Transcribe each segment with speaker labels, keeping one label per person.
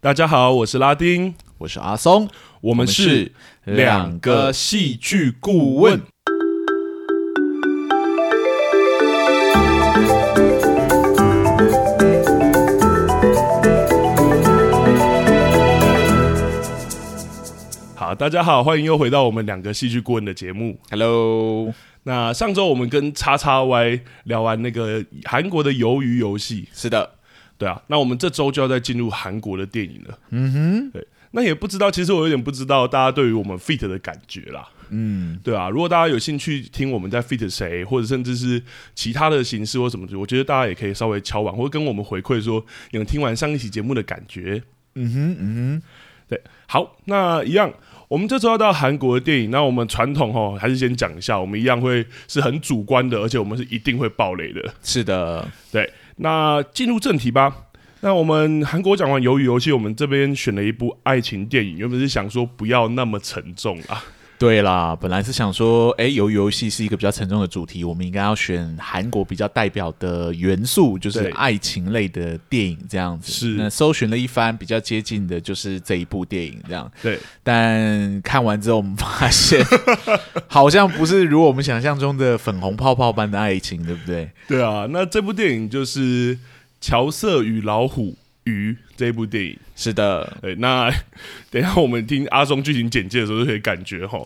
Speaker 1: 大家好，我是拉丁，
Speaker 2: 我是阿松，
Speaker 1: 我们是两个戏剧顾问。好，大家好，欢迎又回到我们两个戏剧顾问的节目。
Speaker 2: Hello，
Speaker 1: 那上周我们跟叉叉 Y 聊完那个韩国的鱿鱼游戏，
Speaker 2: 是的，
Speaker 1: 对啊，那我们这周就要再进入韩国的电影了。嗯哼，对，那也不知道，其实我有点不知道大家对于我们 Fit 的感觉啦。嗯，对啊，如果大家有兴趣听我们在 Fit 谁，或者甚至是其他的形式或什么，我觉得大家也可以稍微敲碗，或者跟我们回馈说你们听完上一期节目的感觉。
Speaker 2: 嗯哼，嗯
Speaker 1: 对，好，那一样，我们这周要到韩国的电影，那我们传统哦，还是先讲一下，我们一样会是很主观的，而且我们是一定会爆雷的。
Speaker 2: 哼，是的，
Speaker 1: 对，那进入正题吧。那我们韩国讲完《鱿鱼游戏》，我们这边选了一部爱情电影，原本是想说不要那么沉重啊。
Speaker 2: 对啦，本来是想说，哎，由于游戏是一个比较沉重的主题，我们应该要选韩国比较代表的元素，就是
Speaker 1: 对
Speaker 2: 爱情类的电影这样子。
Speaker 1: 是
Speaker 2: 那搜寻了一番，比较接近的就是这一部电影这样。
Speaker 1: 对，
Speaker 2: 但看完之后，我们发现 好像不是如我们想象中的粉红泡泡般的爱情，对不对？
Speaker 1: 对啊，那这部电影就是《乔瑟与老虎鱼》这部电影。
Speaker 2: 是的，
Speaker 1: 对，那 等一下我们听阿松剧情简介的时候就可以感觉哈，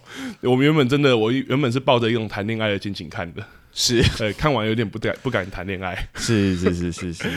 Speaker 1: 我们原本真的，我原本是抱着一种谈恋爱的心情看的，
Speaker 2: 是
Speaker 1: 呃，看完有点不敢不敢谈恋爱。
Speaker 2: 是是是是是。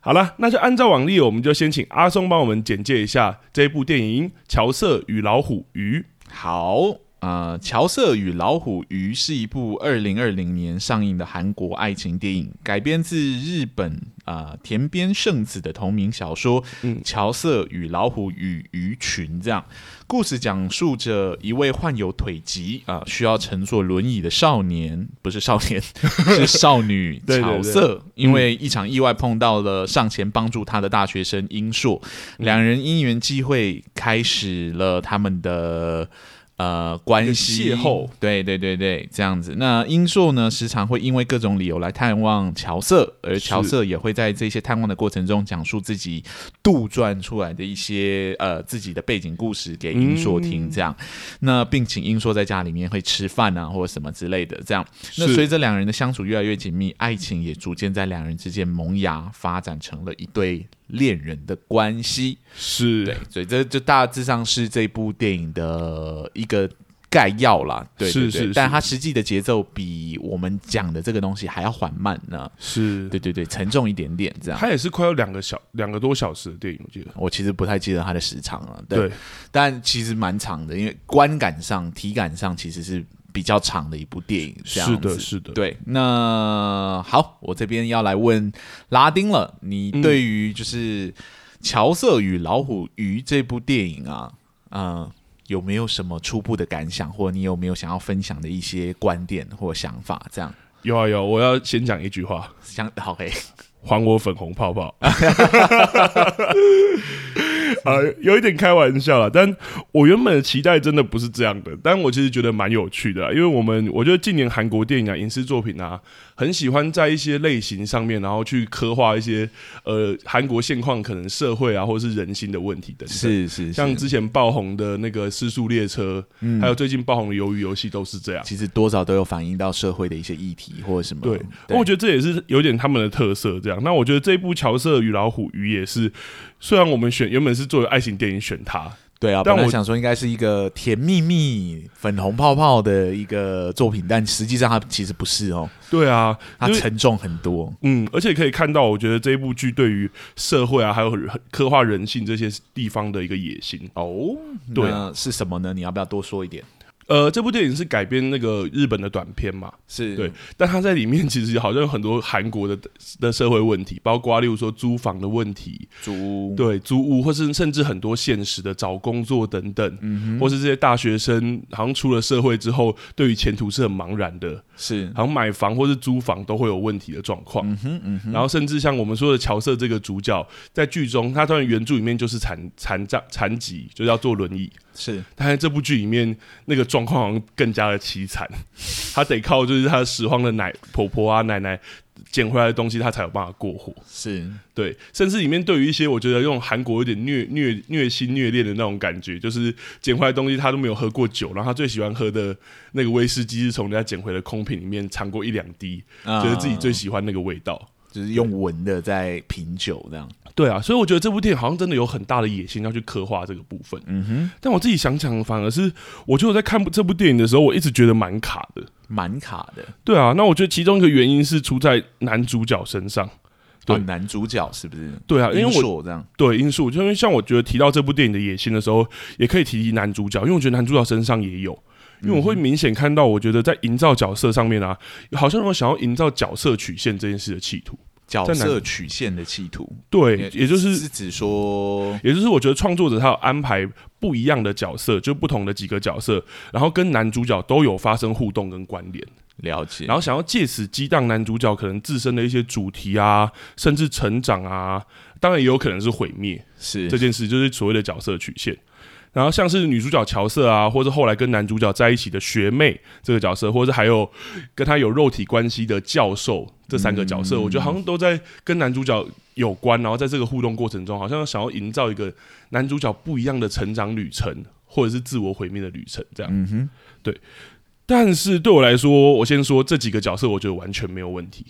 Speaker 1: 好了，那就按照往例，我们就先请阿松帮我们简介一下这部电影《乔瑟与老虎鱼》。
Speaker 2: 好，呃，《乔瑟与老虎鱼》是一部二零二零年上映的韩国爱情电影，改编自日本啊、呃田边圣子的同名小说《
Speaker 1: 嗯
Speaker 2: 乔瑟与老虎与鱼群》。这样，故事讲述着一位患有腿疾啊、呃需要乘坐轮椅的少年，不是少 年，是少女
Speaker 1: 对对嗯对
Speaker 2: 乔瑟，因为一场意外碰到了上前帮助她的大学生英硕，两人因缘际会开始了他们的呃关系
Speaker 1: 邂逅。
Speaker 2: 对对对对，这样子。那英硕呢，时常会因为各种理由来探望乔瑟，而乔瑟也会在这些探望的过程中讲述自己杜撰出来的一些呃自己的背景故事给英硕
Speaker 1: 嗯
Speaker 2: 听，这样。那并请英硕在家里面会吃饭啊，或者什么之类的，这样。那
Speaker 1: 是
Speaker 2: 随着两人的相处越来越紧密，爱情也逐渐在两人之间萌芽，发展成了一对恋人的关系。
Speaker 1: 是，
Speaker 2: 所以这这大致上是这部电影的一个概要啦。对
Speaker 1: 是
Speaker 2: 对对
Speaker 1: 是
Speaker 2: 但
Speaker 1: 是
Speaker 2: 它实际的节奏比我们讲的这个东西还要缓慢呢。
Speaker 1: 是，
Speaker 2: 对对对，沉重一点点这样。
Speaker 1: 它也是快要两个小两个多小时的电影，我记得。
Speaker 2: 我其实不太记得它的时长了，对，
Speaker 1: 对，
Speaker 2: 但其实蛮长的，因为观感上、体感上其实是比较长的一部电影。这样
Speaker 1: 是的，
Speaker 2: 子
Speaker 1: 是的。
Speaker 2: 对，那好，我这边要来问拉丁了，你
Speaker 1: 嗯
Speaker 2: 对于就是《乔瑟与老虎鱼》这部电影啊，呃，有没有什么初步的感想，或你有没有想要分享的一些观点或想法？这样，
Speaker 1: 有啊有，我要先讲一句话，
Speaker 2: 想好 嘿，
Speaker 1: 还我粉红泡 泡。呃，有一点开玩笑啦，但我原本的期待真的不是这样的，但我其实觉得蛮有趣的啦，啊因为我们我觉得近年韩国电影啊、影视作品啊，很喜欢在一些类型上面，然后去刻画一些呃韩国现况，可能社会啊或者是人心的问题等等。
Speaker 2: 是是
Speaker 1: 像
Speaker 2: 是，
Speaker 1: 之前爆红的那个《失速列车》
Speaker 2: 嗯
Speaker 1: 还有最近爆红的《鱿鱼游戏》都是这样。
Speaker 2: 其实多少都有反映到社会的一些议题或者什么。
Speaker 1: 嗯对，我觉得这也是有点他们的特色。这样，那我觉得这一部《乔瑟与老虎鱼》也是，虽然我们选原本是作为爱情电影选它，
Speaker 2: 对啊，
Speaker 1: 但
Speaker 2: 本来
Speaker 1: 我
Speaker 2: 想说应该是一个甜蜜蜜、粉红泡泡的一个作品，但实际上它其实不是哦，
Speaker 1: 对啊，
Speaker 2: 它
Speaker 1: 因为
Speaker 2: 沉重很多。
Speaker 1: 嗯，而且可以看到，我觉得这一部剧对于社会啊，还有刻画人性这些地方的一个野心。
Speaker 2: 哦，
Speaker 1: 对
Speaker 2: 那是什么呢？你要不要多说一点？
Speaker 1: 呃，这部电影是改编那个日本的短片嘛，
Speaker 2: 是
Speaker 1: 对，但它在里面其实好像有很多韩国的的社会问题，包括例如说租房的问题，
Speaker 2: 租屋，
Speaker 1: 对租屋，或是甚至很多现实的找工作等等，
Speaker 2: 嗯
Speaker 1: 或是这些大学生好像出了社会之后，对于前途是很茫然的，
Speaker 2: 是
Speaker 1: 好像买房或是租房都会有问题的状况。
Speaker 2: 嗯哼嗯哼，
Speaker 1: 然后甚至像我们说的乔瑟这个主角，在剧中他当然原著里面就是残残障残疾，就是要坐轮椅，
Speaker 2: 是
Speaker 1: 但在这部剧里面那个状况好像更加的凄惨，他得靠就是他拾荒的奶婆婆啊奶奶。捡回来的东西，它才有办法过火。
Speaker 2: 是
Speaker 1: 对，甚至里面对于一些我觉得用韩国有点虐虐虐心虐恋的那种感觉，就是捡回来的东西他都没有喝过酒，然后他最喜欢喝的那个威士忌是从人家捡回来的空瓶里面尝过一两滴，
Speaker 2: 啊
Speaker 1: 觉得自己最喜欢那个味道。
Speaker 2: 就是用闻的在品酒这样。
Speaker 1: 对啊，所以我觉得这部电影好像真的有很大的野心要去刻画这个部分。
Speaker 2: 嗯哼，
Speaker 1: 但我自己想想，反而是我觉得我在看这部电影的时候，我一直觉得蛮卡的。
Speaker 2: 蛮卡的。
Speaker 1: 对啊，那我觉得其中一个原因是出在男主角身上。对
Speaker 2: 哦，男主角是不是？
Speaker 1: 对啊，因为
Speaker 2: 英
Speaker 1: 我
Speaker 2: 硕这样，
Speaker 1: 对因素，就因为像我觉得提到这部电影的野心的时候，也可以提提男主角，因为我觉得男主角身上也有，因为我会明显看到，我觉得在营造角色上面啊，好像有想要营造角色曲线这件事的企图。
Speaker 2: 角
Speaker 1: 在男
Speaker 2: 色曲线的企图，
Speaker 1: 对，也就是
Speaker 2: 是指说，
Speaker 1: 也就是我觉得创作者他有安排不一样的角色，就不同的几个角色，然后跟男主角都有发生互动跟关联，
Speaker 2: 了解，
Speaker 1: 然后想要借此激荡男主角可能自身的一些主题啊，甚至成长啊，当然也有可能是毁灭
Speaker 2: 是
Speaker 1: 这件事，就是所谓的角色曲线。然后像是女主角乔瑟啊，或者后来跟男主角在一起的学妹这个角色，或者还有跟他有肉体关系的教授这三个角色，我觉得好像都在跟男主角有关。然后在这个互动过程中，好像想要营造一个男主角不一样的成长旅程，或者是自我毁灭的旅程这样。
Speaker 2: 嗯哼，
Speaker 1: 但是对我来说，我先说这几个角色，我觉得完全没有问题。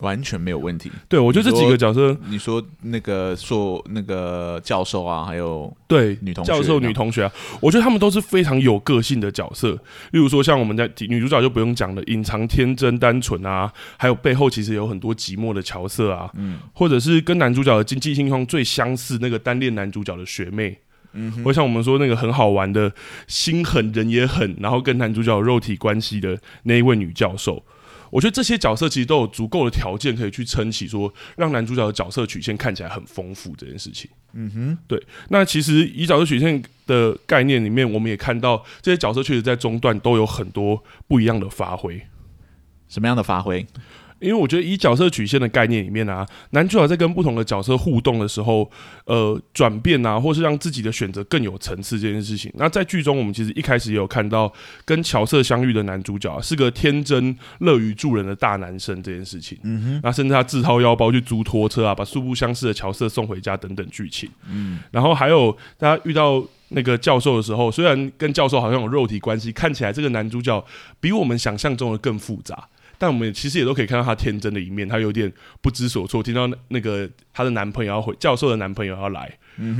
Speaker 2: 完全没有问题。
Speaker 1: 对我觉得这几个角色，
Speaker 2: 你说那个硕那个教授啊，还有
Speaker 1: 对
Speaker 2: 女同学
Speaker 1: 教授女同学啊，我觉得他们都是非常有个性的角色。例如说，像我们在女主角就不用讲了，隐藏天真单纯啊，还有背后其实有很多寂寞的乔瑟啊，嗯，或者是跟男主角的经济情况最相似那个单恋男主角的学妹。嗯，或像我们说那个很好玩的，心狠人也狠，然后跟男主角有肉体关系的那一位女教授，我觉得这些角色其实都有足够的条件可以去撑起说，让男主角的角色曲线看起来很丰富这件事情。那其实以角色曲线的概念里面，我们也看到这些角色确实在中段都有很多不一样的发挥。
Speaker 2: 什么样的发挥？
Speaker 1: 因为我觉得以角色曲线的概念里面啊，男主角在跟不同的角色互动的时候，呃，转变啊，或是让自己的选择更有层次这件事情。那在剧中，我们其实一开始也有看到跟乔瑟相遇的男主角啊、是个天真、乐于助人的大男生这件事情。嗯哼，那甚至他自掏腰包去租拖车啊，把素不相识的乔瑟送回家等等剧情。嗯，然后还有大家遇到。那个教授的时候，虽然跟教授好像有肉体关系，看起来这个男主角比我们想象中的更复杂。但我们其实也都可以看到她天真的一面，她有点不知所措。听到那那个她的男朋友要回，教授的男朋友要来，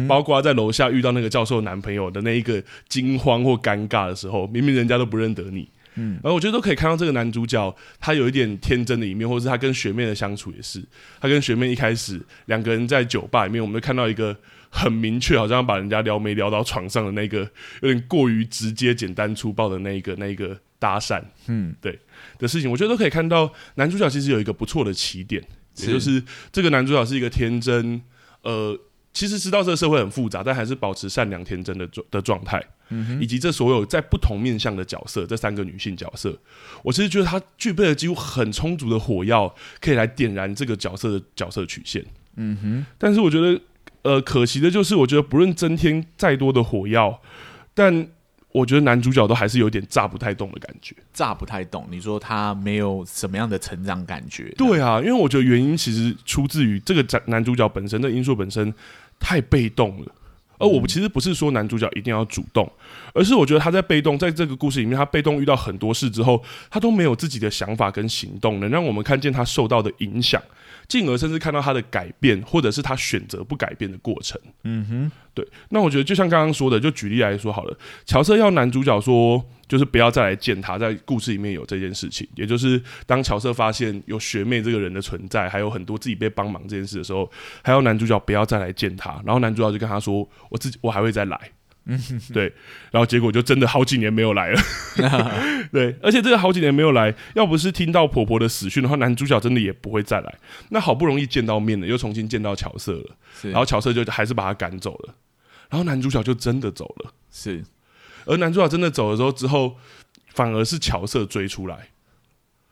Speaker 1: 包括在楼下遇到那个教授的男朋友的那一个惊慌或尴尬的时候，明明人家都不认得你，嗯，然后我觉得都可以看到这个男主角他有一点天真的一面，或是他跟学妹的相处也是，他跟学妹一开始两个人在酒吧里面，我们就看到一个。很明确，好像把人家撩没撩到床上的那个，有点过于直接、简单粗暴的那一个、那一个搭讪，
Speaker 2: 嗯，
Speaker 1: 对的事情，我觉得都可以看到男主角其实有一个不错的起点，也就是这个男主角是一个天真，呃，其实知道这个社会很复杂，但还是保持善良天真的状的状态，以及这所有在不同面向的角色，这三个女性角色，我其实觉得她具备了几乎很充足的火药，可以来点燃这个角色的角色曲线。嗯哼，但是我觉得，呃，可惜的就是，我觉得不论增添再多的火药，但我觉得男主角都还是有点炸不太动的感觉。
Speaker 2: 乍不太懂，你说他没有什么样的成长感觉？
Speaker 1: 对啊，因为我觉得原因其实出自于这个男男主角本身的因素本身太被动了。
Speaker 2: 嗯
Speaker 1: 而我其实不是说男主角一定要主动，而是我觉得他在被动，在这个故事里面，他被动遇到很多事之后，他都没有自己的想法跟行动，能让我们看见他受到的影响，进而甚至看到他的改变，或者是他选择不改变的过程。
Speaker 2: 嗯哼，
Speaker 1: 对，那我觉得就像刚刚说的，就举例来说好了，乔瑟要男主角说，就是不要再来见他，在故事里面有这件事情，也就是当乔瑟发现有学妹这个人的存在，还有很多自己被帮忙这件事的时候，还要男主角不要再来见他，然后男主角就跟他说，我自己我还会再来。对，然后结果就真的好几年没有来了。对，而且这个好几年没有来，要不是听到婆婆的死讯的话，男主角真的也不会再来。那好不容易见到面了，又重新见到乔瑟了，
Speaker 2: 是
Speaker 1: 然后乔瑟就还是把他赶走了。然后男主角就真的走了，
Speaker 2: 是
Speaker 1: 而男主角真的走了之后，之后反而是乔瑟追出来，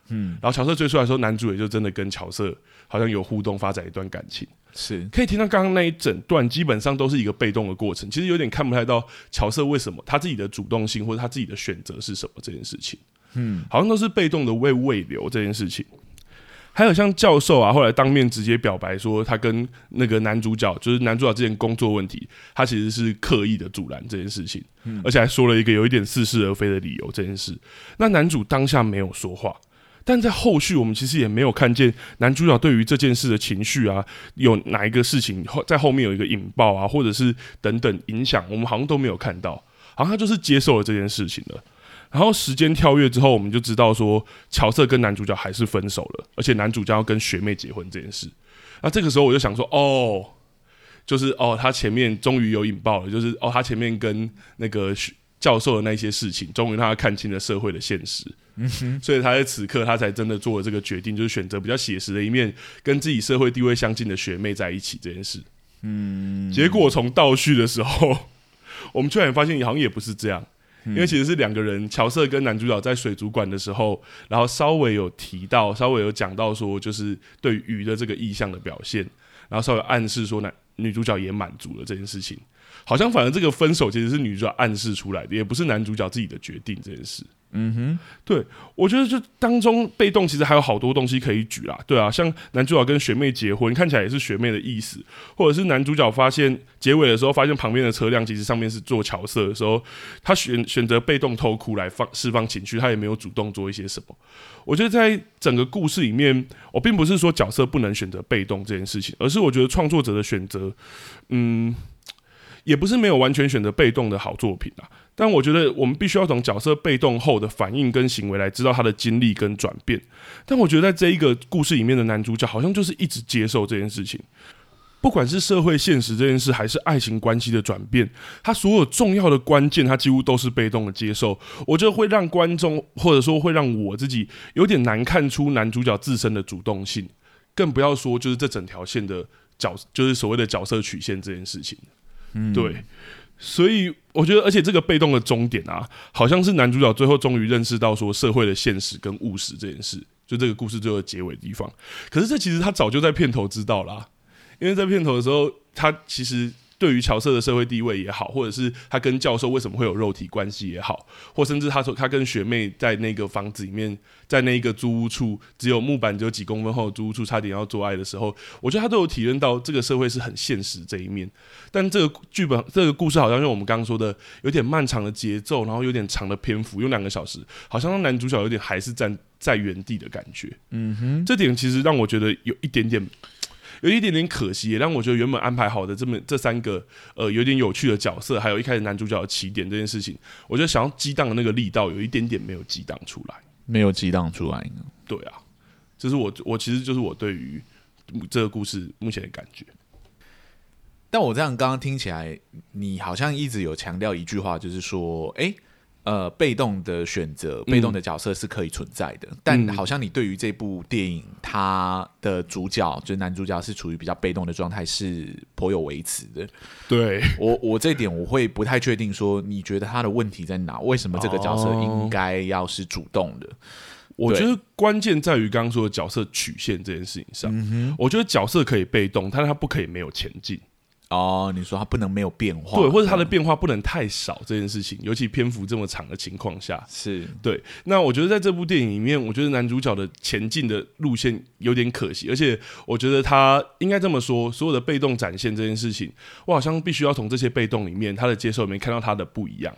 Speaker 1: 嗯，然后乔瑟追出来的时候，男主也就真的跟乔瑟好像有互动，发展一段感情。
Speaker 2: 是，
Speaker 1: 可以听到刚刚那一整段，基本上都是一个被动的过程，其实有点看不太到乔瑟为什么他自己的主动性或者他自己的选择是什么这件事情，嗯，好像都是被动的为喂流这件事情。还有像教授啊，后来当面直接表白说，他跟那个男主角，就是男主角之前工作问题，他其实是刻意的阻拦这件事情，而且还说了一个有一点似是而非的理由这件事。那男主当下没有说话，但在后续我们其实也没有看见男主角对于这件事的情绪啊，有哪一个事情后在后面有一个引爆啊，或者是等等影响，我们好像都没有看到，好像他就是接受了这件事情了。然后时间跳跃之后，我们就知道说，乔瑟跟男主角还是分手了，而且男主角要跟学妹结婚这件事。那这个时候我就想说，哦，就是哦，他前面终于有引爆了，就是哦，他前面跟那个学教授的那些事情，终于让他看清了社会的现实。所以他在此刻他才真的做了这个决定，就是选择比较写实的一面，跟自己社会地位相近的学妹在一起这件事。嗯，结果从倒叙的时候，我们居然发现好像也不是这样。因为其实是两个人，乔瑟跟男主角在水族馆的时候，然后稍微有提到，稍微有讲到说，就是对鱼的这个意向的表现，然后稍微暗示说男女主角也满足了这件事情，好像反而这个分手其实是女主角暗示出来的，也不是男主角自己的决定这件事。
Speaker 2: 嗯
Speaker 1: 对，我觉得就当中被动其实还有好多东西可以举啦，对啊，像男主角跟学妹结婚，看起来也是学妹的意思，或者是男主角发现结尾的时候发现旁边的车辆其实上面是做乔瑟的时候，他选选择被动偷哭来放释放情绪，他也没有主动做一些什么。我觉得在整个故事里面，我并不是说角色不能选择被动这件事情，而是我觉得创作者的选择，嗯，也不是没有完全选择被动的好作品啊。但我觉得我们必须要从角色被动后的反应跟行为来知道他的经历跟转变。但我觉得在这一个故事里面的男主角好像就是一直接受这件事情，不管是社会现实这件事，还是爱情关系的转变，他所有重要的关键，他几乎都是被动的接受。我觉得会让观众或者说会让我自己有点难看出男主角自身的主动性，更不要说就是这整条线的角，就是所谓的角色曲线这件事情。
Speaker 2: 嗯
Speaker 1: 对，所以我觉得，而且这个被动的终点啊，好像是男主角最后终于认识到说社会的现实跟务实这件事，就这个故事最后的结尾的地方。可是这其实他早就在片头知道啦、因为在片头的时候，他其实。对于乔瑟的社会地位也好，或者是他跟教授为什么会有肉体关系也好，或甚至他说他跟学妹在那个房子里面，在那一个租屋处，只有木板只有几公分厚的租屋处，差点要做爱的时候，我觉得他都有体验到这个社会是很现实这一面。但这个剧本这个故事好像用我们刚刚说的，有点漫长的节奏，然后有点长的篇幅，用两个小时，好像让男主角有点还是站在原地的感觉。
Speaker 2: 嗯哼，
Speaker 1: 这点其实让我觉得有一点点。有一点点可惜，也让我觉得原本安排好的这么这三个呃有点有趣的角色，还有一开始男主角的起点这件事情，我觉得想要激荡的那个力道有一点点没有激荡出来。
Speaker 2: 没有激荡出来呢。
Speaker 1: 对啊，这是我我其实就是我对于这个故事目前的感觉。
Speaker 2: 但我这样刚刚听起来，你好像一直有强调一句话，就是说，诶，呃，被动的选择、被动的角色是可以存在的，但好像你对于这部电影，它的主角就是男主角是处于比较被动的状态，是颇有微词的。
Speaker 1: 对，
Speaker 2: 我我这一点我会不太确定，说你觉得他的问题在哪？为什么这个角色应该要是主动的？
Speaker 1: 我觉得关键在于刚刚说的角色曲线这件事情上。我觉得角色可以被动，但是他不可以没有前进。
Speaker 2: 哦，你说他不能没有变化，
Speaker 1: 对，或者他的变化不能太少这件事情，尤其篇幅这么长的情况下。
Speaker 2: 是
Speaker 1: 对，那我觉得在这部电影里面，我觉得男主角的前进的路线有点可惜，而且我觉得他应该这么说，所有的被动展现这件事情，我好像必须要从这些被动里面，他的接受里面看到他的不一样。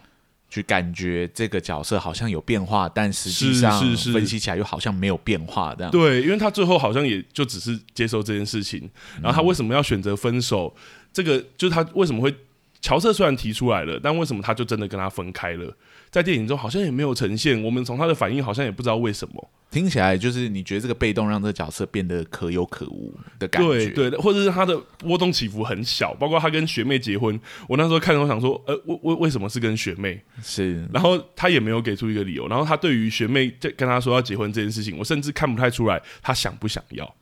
Speaker 2: 去感觉这个角色好像有变化，但实际
Speaker 1: 是
Speaker 2: 上
Speaker 1: 是是
Speaker 2: 分析起来又好像没有变化这样。
Speaker 1: 对，因为他最后好像也就只是接受这件事情，
Speaker 2: 嗯
Speaker 1: 然后他为什么要选择分手？这个就是他为什么会乔瑟虽然提出来了，但为什么他就真的跟他分开了？在电影中好像也没有呈现，我们从他的反应好像也不知道为什么。
Speaker 2: 听起来就是你觉得这个被动让这个角色变得可有可无的感
Speaker 1: 对
Speaker 2: 觉。
Speaker 1: 对，或者是他的波动起伏很小，包括他跟学妹结婚，我那时候看我想说，呃，为为为什么是跟学妹？
Speaker 2: 是
Speaker 1: 然后他也没有给出一个理由，然后他对于学妹在跟他说要结婚这件事情，我甚至看不太出来他想不想要。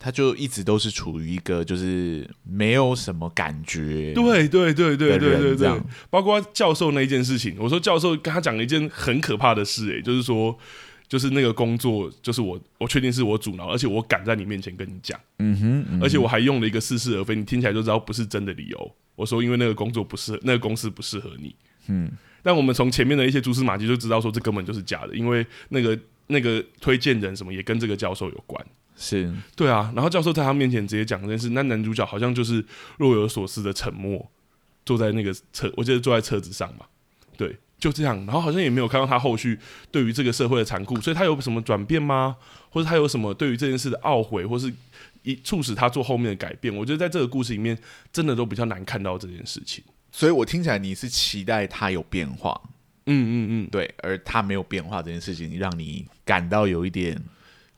Speaker 2: 他就一直都是处于一个就是没有什么感觉。
Speaker 1: 对对对对
Speaker 2: 的
Speaker 1: 对
Speaker 2: 人
Speaker 1: 对
Speaker 2: 这
Speaker 1: 对
Speaker 2: 样，
Speaker 1: 包括教授那一件事情，我说教授跟他讲了一件很可怕的事、欸，就是说，就是那个工作，就是我我确定是我阻挠，而且我敢在你面前跟你讲，
Speaker 2: 嗯哼，嗯哼
Speaker 1: 而且我还用了一个似是而非，你听起来就知道不是真的理由。我说因为那个工作不适合，那个公司不适合你，嗯。但我们从前面的一些蛛丝马迹就知道，说这根本就是假的，因为那个那个推荐人什么也跟这个教授有关。
Speaker 2: 是
Speaker 1: 对啊，然后教授在他面前直接讲这件事，那男主角好像就是若有所思的沉默，坐在那个车，我记得坐在车子上嘛，对，就这样，然后好像也没有看到他后续对于这个社会的残酷，所以他有什么转变吗？或者他有什么对于这件事的懊悔，或是一促使他做后面的改变？我觉得在这个故事里面，真的都比较难看到这件事情。
Speaker 2: 所以我听起来你是期待它有变化，
Speaker 1: 嗯嗯嗯，
Speaker 2: 对，而它没有变化这件事情，让你感到有一点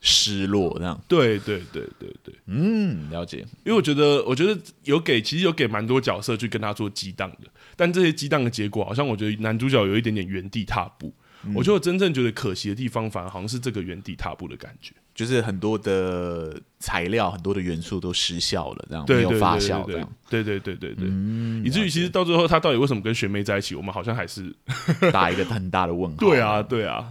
Speaker 2: 失落，这样。
Speaker 1: 对对对对对，
Speaker 2: 嗯，了解。
Speaker 1: 因为我觉得，我觉得有给，其实有给蛮多角色去跟他做激荡的，但这些激荡的结果，好像我觉得男主角有一点点原地踏步。
Speaker 2: 嗯
Speaker 1: 我觉得我真正觉得可惜的地方，反而好像是这个原地踏步的感觉。
Speaker 2: 就是很多的材料、很多的元素都失效了，这样
Speaker 1: 对对
Speaker 2: 没有
Speaker 1: 对
Speaker 2: 发
Speaker 1: 对
Speaker 2: 酵，这
Speaker 1: 对
Speaker 2: 样。
Speaker 1: 对对对对对，
Speaker 2: 嗯，
Speaker 1: 以至于其实到最后，他到底为什么跟学妹在一起，我们好像还是
Speaker 2: 打一个很大的问号。
Speaker 1: 对啊，对啊，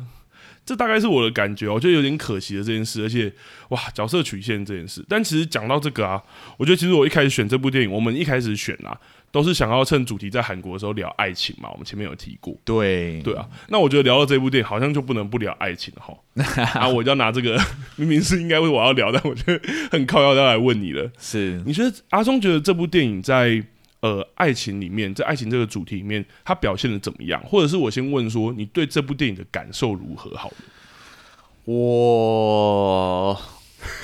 Speaker 1: 这大概是我的感觉，哦我觉得有点可惜的这件事，而且哇，角色曲线这件事。但其实讲到这个啊，我觉得其实我一开始选这部电影，我们一开始选啊，都是想要趁主题在韩国的时候聊爱情嘛，我们前面有提过。
Speaker 2: 对
Speaker 1: 对啊，那我觉得聊到这部电影，好像就不能不聊爱情了哈。啊，我就要拿这个， 明明是应该我要聊，但我觉得很靠要要来问你了。
Speaker 2: 是
Speaker 1: 你觉得阿忠觉得这部电影在呃爱情里面，在爱情这个主题里面，它表现的怎么样？或者是我先问说，你对这部电影的感受如何好了？
Speaker 2: 我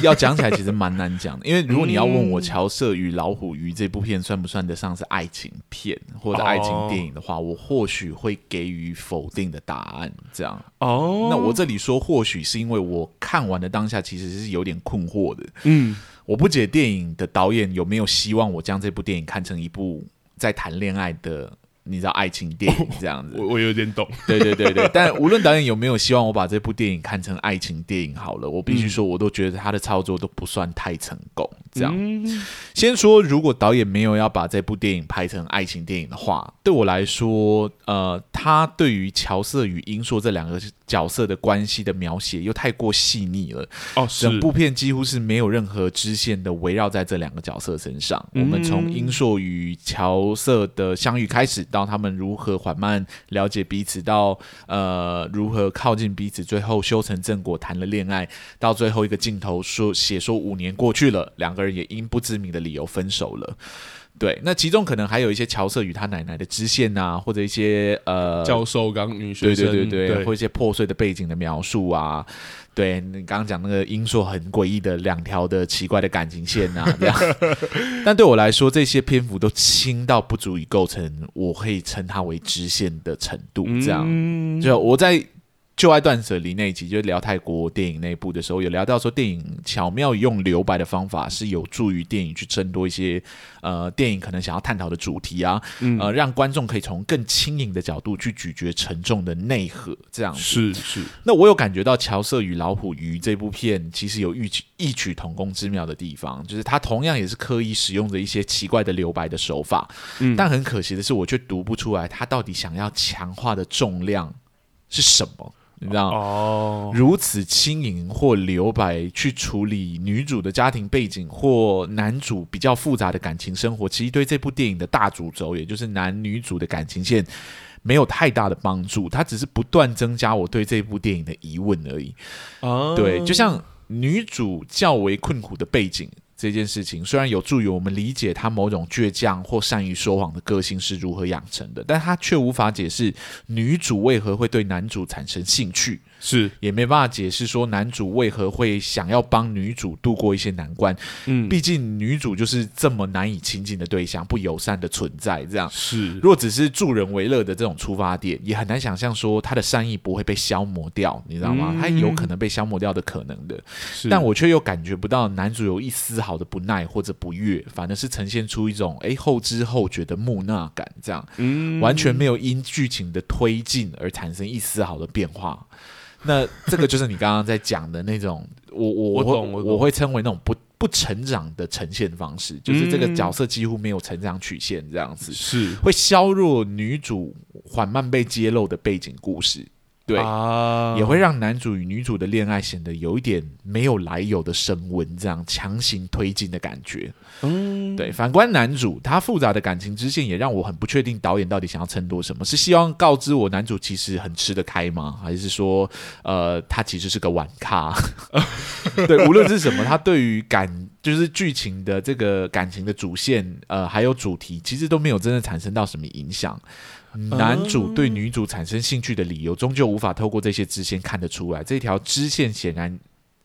Speaker 2: 要讲起来其实蛮难讲的，因为如果你要问我《乔瑟与老虎鱼》这部片算不算得上是爱情片或者爱情电影的话，我或许会给予否定的答案。这样，
Speaker 1: 哦
Speaker 2: 那我这里说或许是因为我看完的当下其实是有点困惑的，
Speaker 1: 嗯
Speaker 2: 我不解电影的导演有没有希望我将这部电影看成一部在谈恋爱的，你知道爱情电影这样子。
Speaker 1: 我我有点 懂，
Speaker 2: 对对对对，但无论导演有没有希望我把这部电影看成爱情电影好了，我必须说，我都觉得他的操作都不算太成功。这样，
Speaker 1: 嗯
Speaker 2: 先说，如果导演没有要把这部电影拍成爱情电影的话，对我来说，呃，他对于乔瑟与英硕这两个角色的关系的描写又太过细腻了，
Speaker 1: 哦是
Speaker 2: 整部片几乎是没有任何支线的围绕在这两个角色身上。
Speaker 1: 嗯
Speaker 2: 我们从英硕与乔瑟的相遇开始，到他们如何缓慢了解彼此，到呃如何靠近彼此，最后修成正果，谈了恋爱，到最后一个镜头说写说五年过去了，两个人也因不知名的理由分手了。对，那其中可能还有一些乔瑟与他奶奶的支线啊，或者一些呃
Speaker 1: 教授刚女学
Speaker 2: 对
Speaker 1: 生，
Speaker 2: 对对对，
Speaker 1: 对
Speaker 2: 或一些破碎的背景的描述啊，对你刚刚讲那个英硕很诡异的两条的奇怪的感情线啊， 这样。但对我来说，这些篇幅都轻到不足以构成我可以称它为支线的程度，这样。
Speaker 1: 嗯
Speaker 2: 就我在旧爱断舍离那一集，就聊泰国电影那一部的时候，有聊到说，电影巧妙用留白的方法是有助于电影去争夺一些呃电影可能想要探讨的主题啊，呃，让观众可以从更轻盈的角度去咀嚼沉重的内核，这样子。
Speaker 1: 是是，
Speaker 2: 那我有感觉到《乔瑟与老虎鱼》这部片其实有异曲异曲同工之妙的地方，就是它同样也是刻意使用着一些奇怪的留白的手法，
Speaker 1: 嗯
Speaker 2: 但很可惜的是，我却读不出来它到底想要强化的重量是什么，你知道吗？
Speaker 1: 哦
Speaker 2: 如此轻盈或留白去处理女主的家庭背景或男主比较复杂的感情生活，其实对这部电影的大主轴，也就是男女主的感情线，没有太大的帮助。它只是不断增加我对这部电影的疑问而已。
Speaker 1: 啊，
Speaker 2: 对，就像女主较为困苦的背景这件事情，虽然有助于我们理解她某种倔强或善于说谎的个性是如何养成的，但她却无法解释女主为何会对男主产生兴趣。
Speaker 1: 是
Speaker 2: 也没办法解释说男主为何会想要帮女主度过一些难关，
Speaker 1: 嗯
Speaker 2: 毕竟女主就是这么难以亲近的对象，不友善的存在。这样，
Speaker 1: 是
Speaker 2: 如果只是助人为乐的这种出发点，也很难想象说他的善意不会被消磨掉，你知道吗？
Speaker 1: 嗯
Speaker 2: 他有可能被消磨掉的可能的，
Speaker 1: 是，
Speaker 2: 但我却又感觉不到男主有一丝毫的不耐或者不悦，反而是呈现出一种诶后知后觉的木讷感，这样。
Speaker 1: 嗯
Speaker 2: 完全没有因剧情的推进而产生一丝毫的变化。那这个就是你刚刚在讲的那种，我我
Speaker 1: 我
Speaker 2: 会
Speaker 1: 懂我懂
Speaker 2: 我会称为那种不不成长的呈现方式，就是这个角色几乎没有成长曲线这样子，
Speaker 1: 是
Speaker 2: 会削弱女主缓慢被揭露的背景故事。对，
Speaker 1: 啊
Speaker 2: 也会让男主与女主的恋爱显得有一点没有来由的升温，这样强行推进的感觉。
Speaker 1: 嗯，
Speaker 2: 对，反观男主，他复杂的感情支线也让我很不确定导演到底想要衬托什么，是希望告知我男主其实很吃得开吗？还是说，呃，他其实是个玩咖？ 对，无论是什么，他对于感就是剧情的这个感情的主线，呃，还有主题，其实都没有真的产生到什么影响。男主对女主产生兴趣的理由，终究无法透过这些支线看得出来。这条支线显然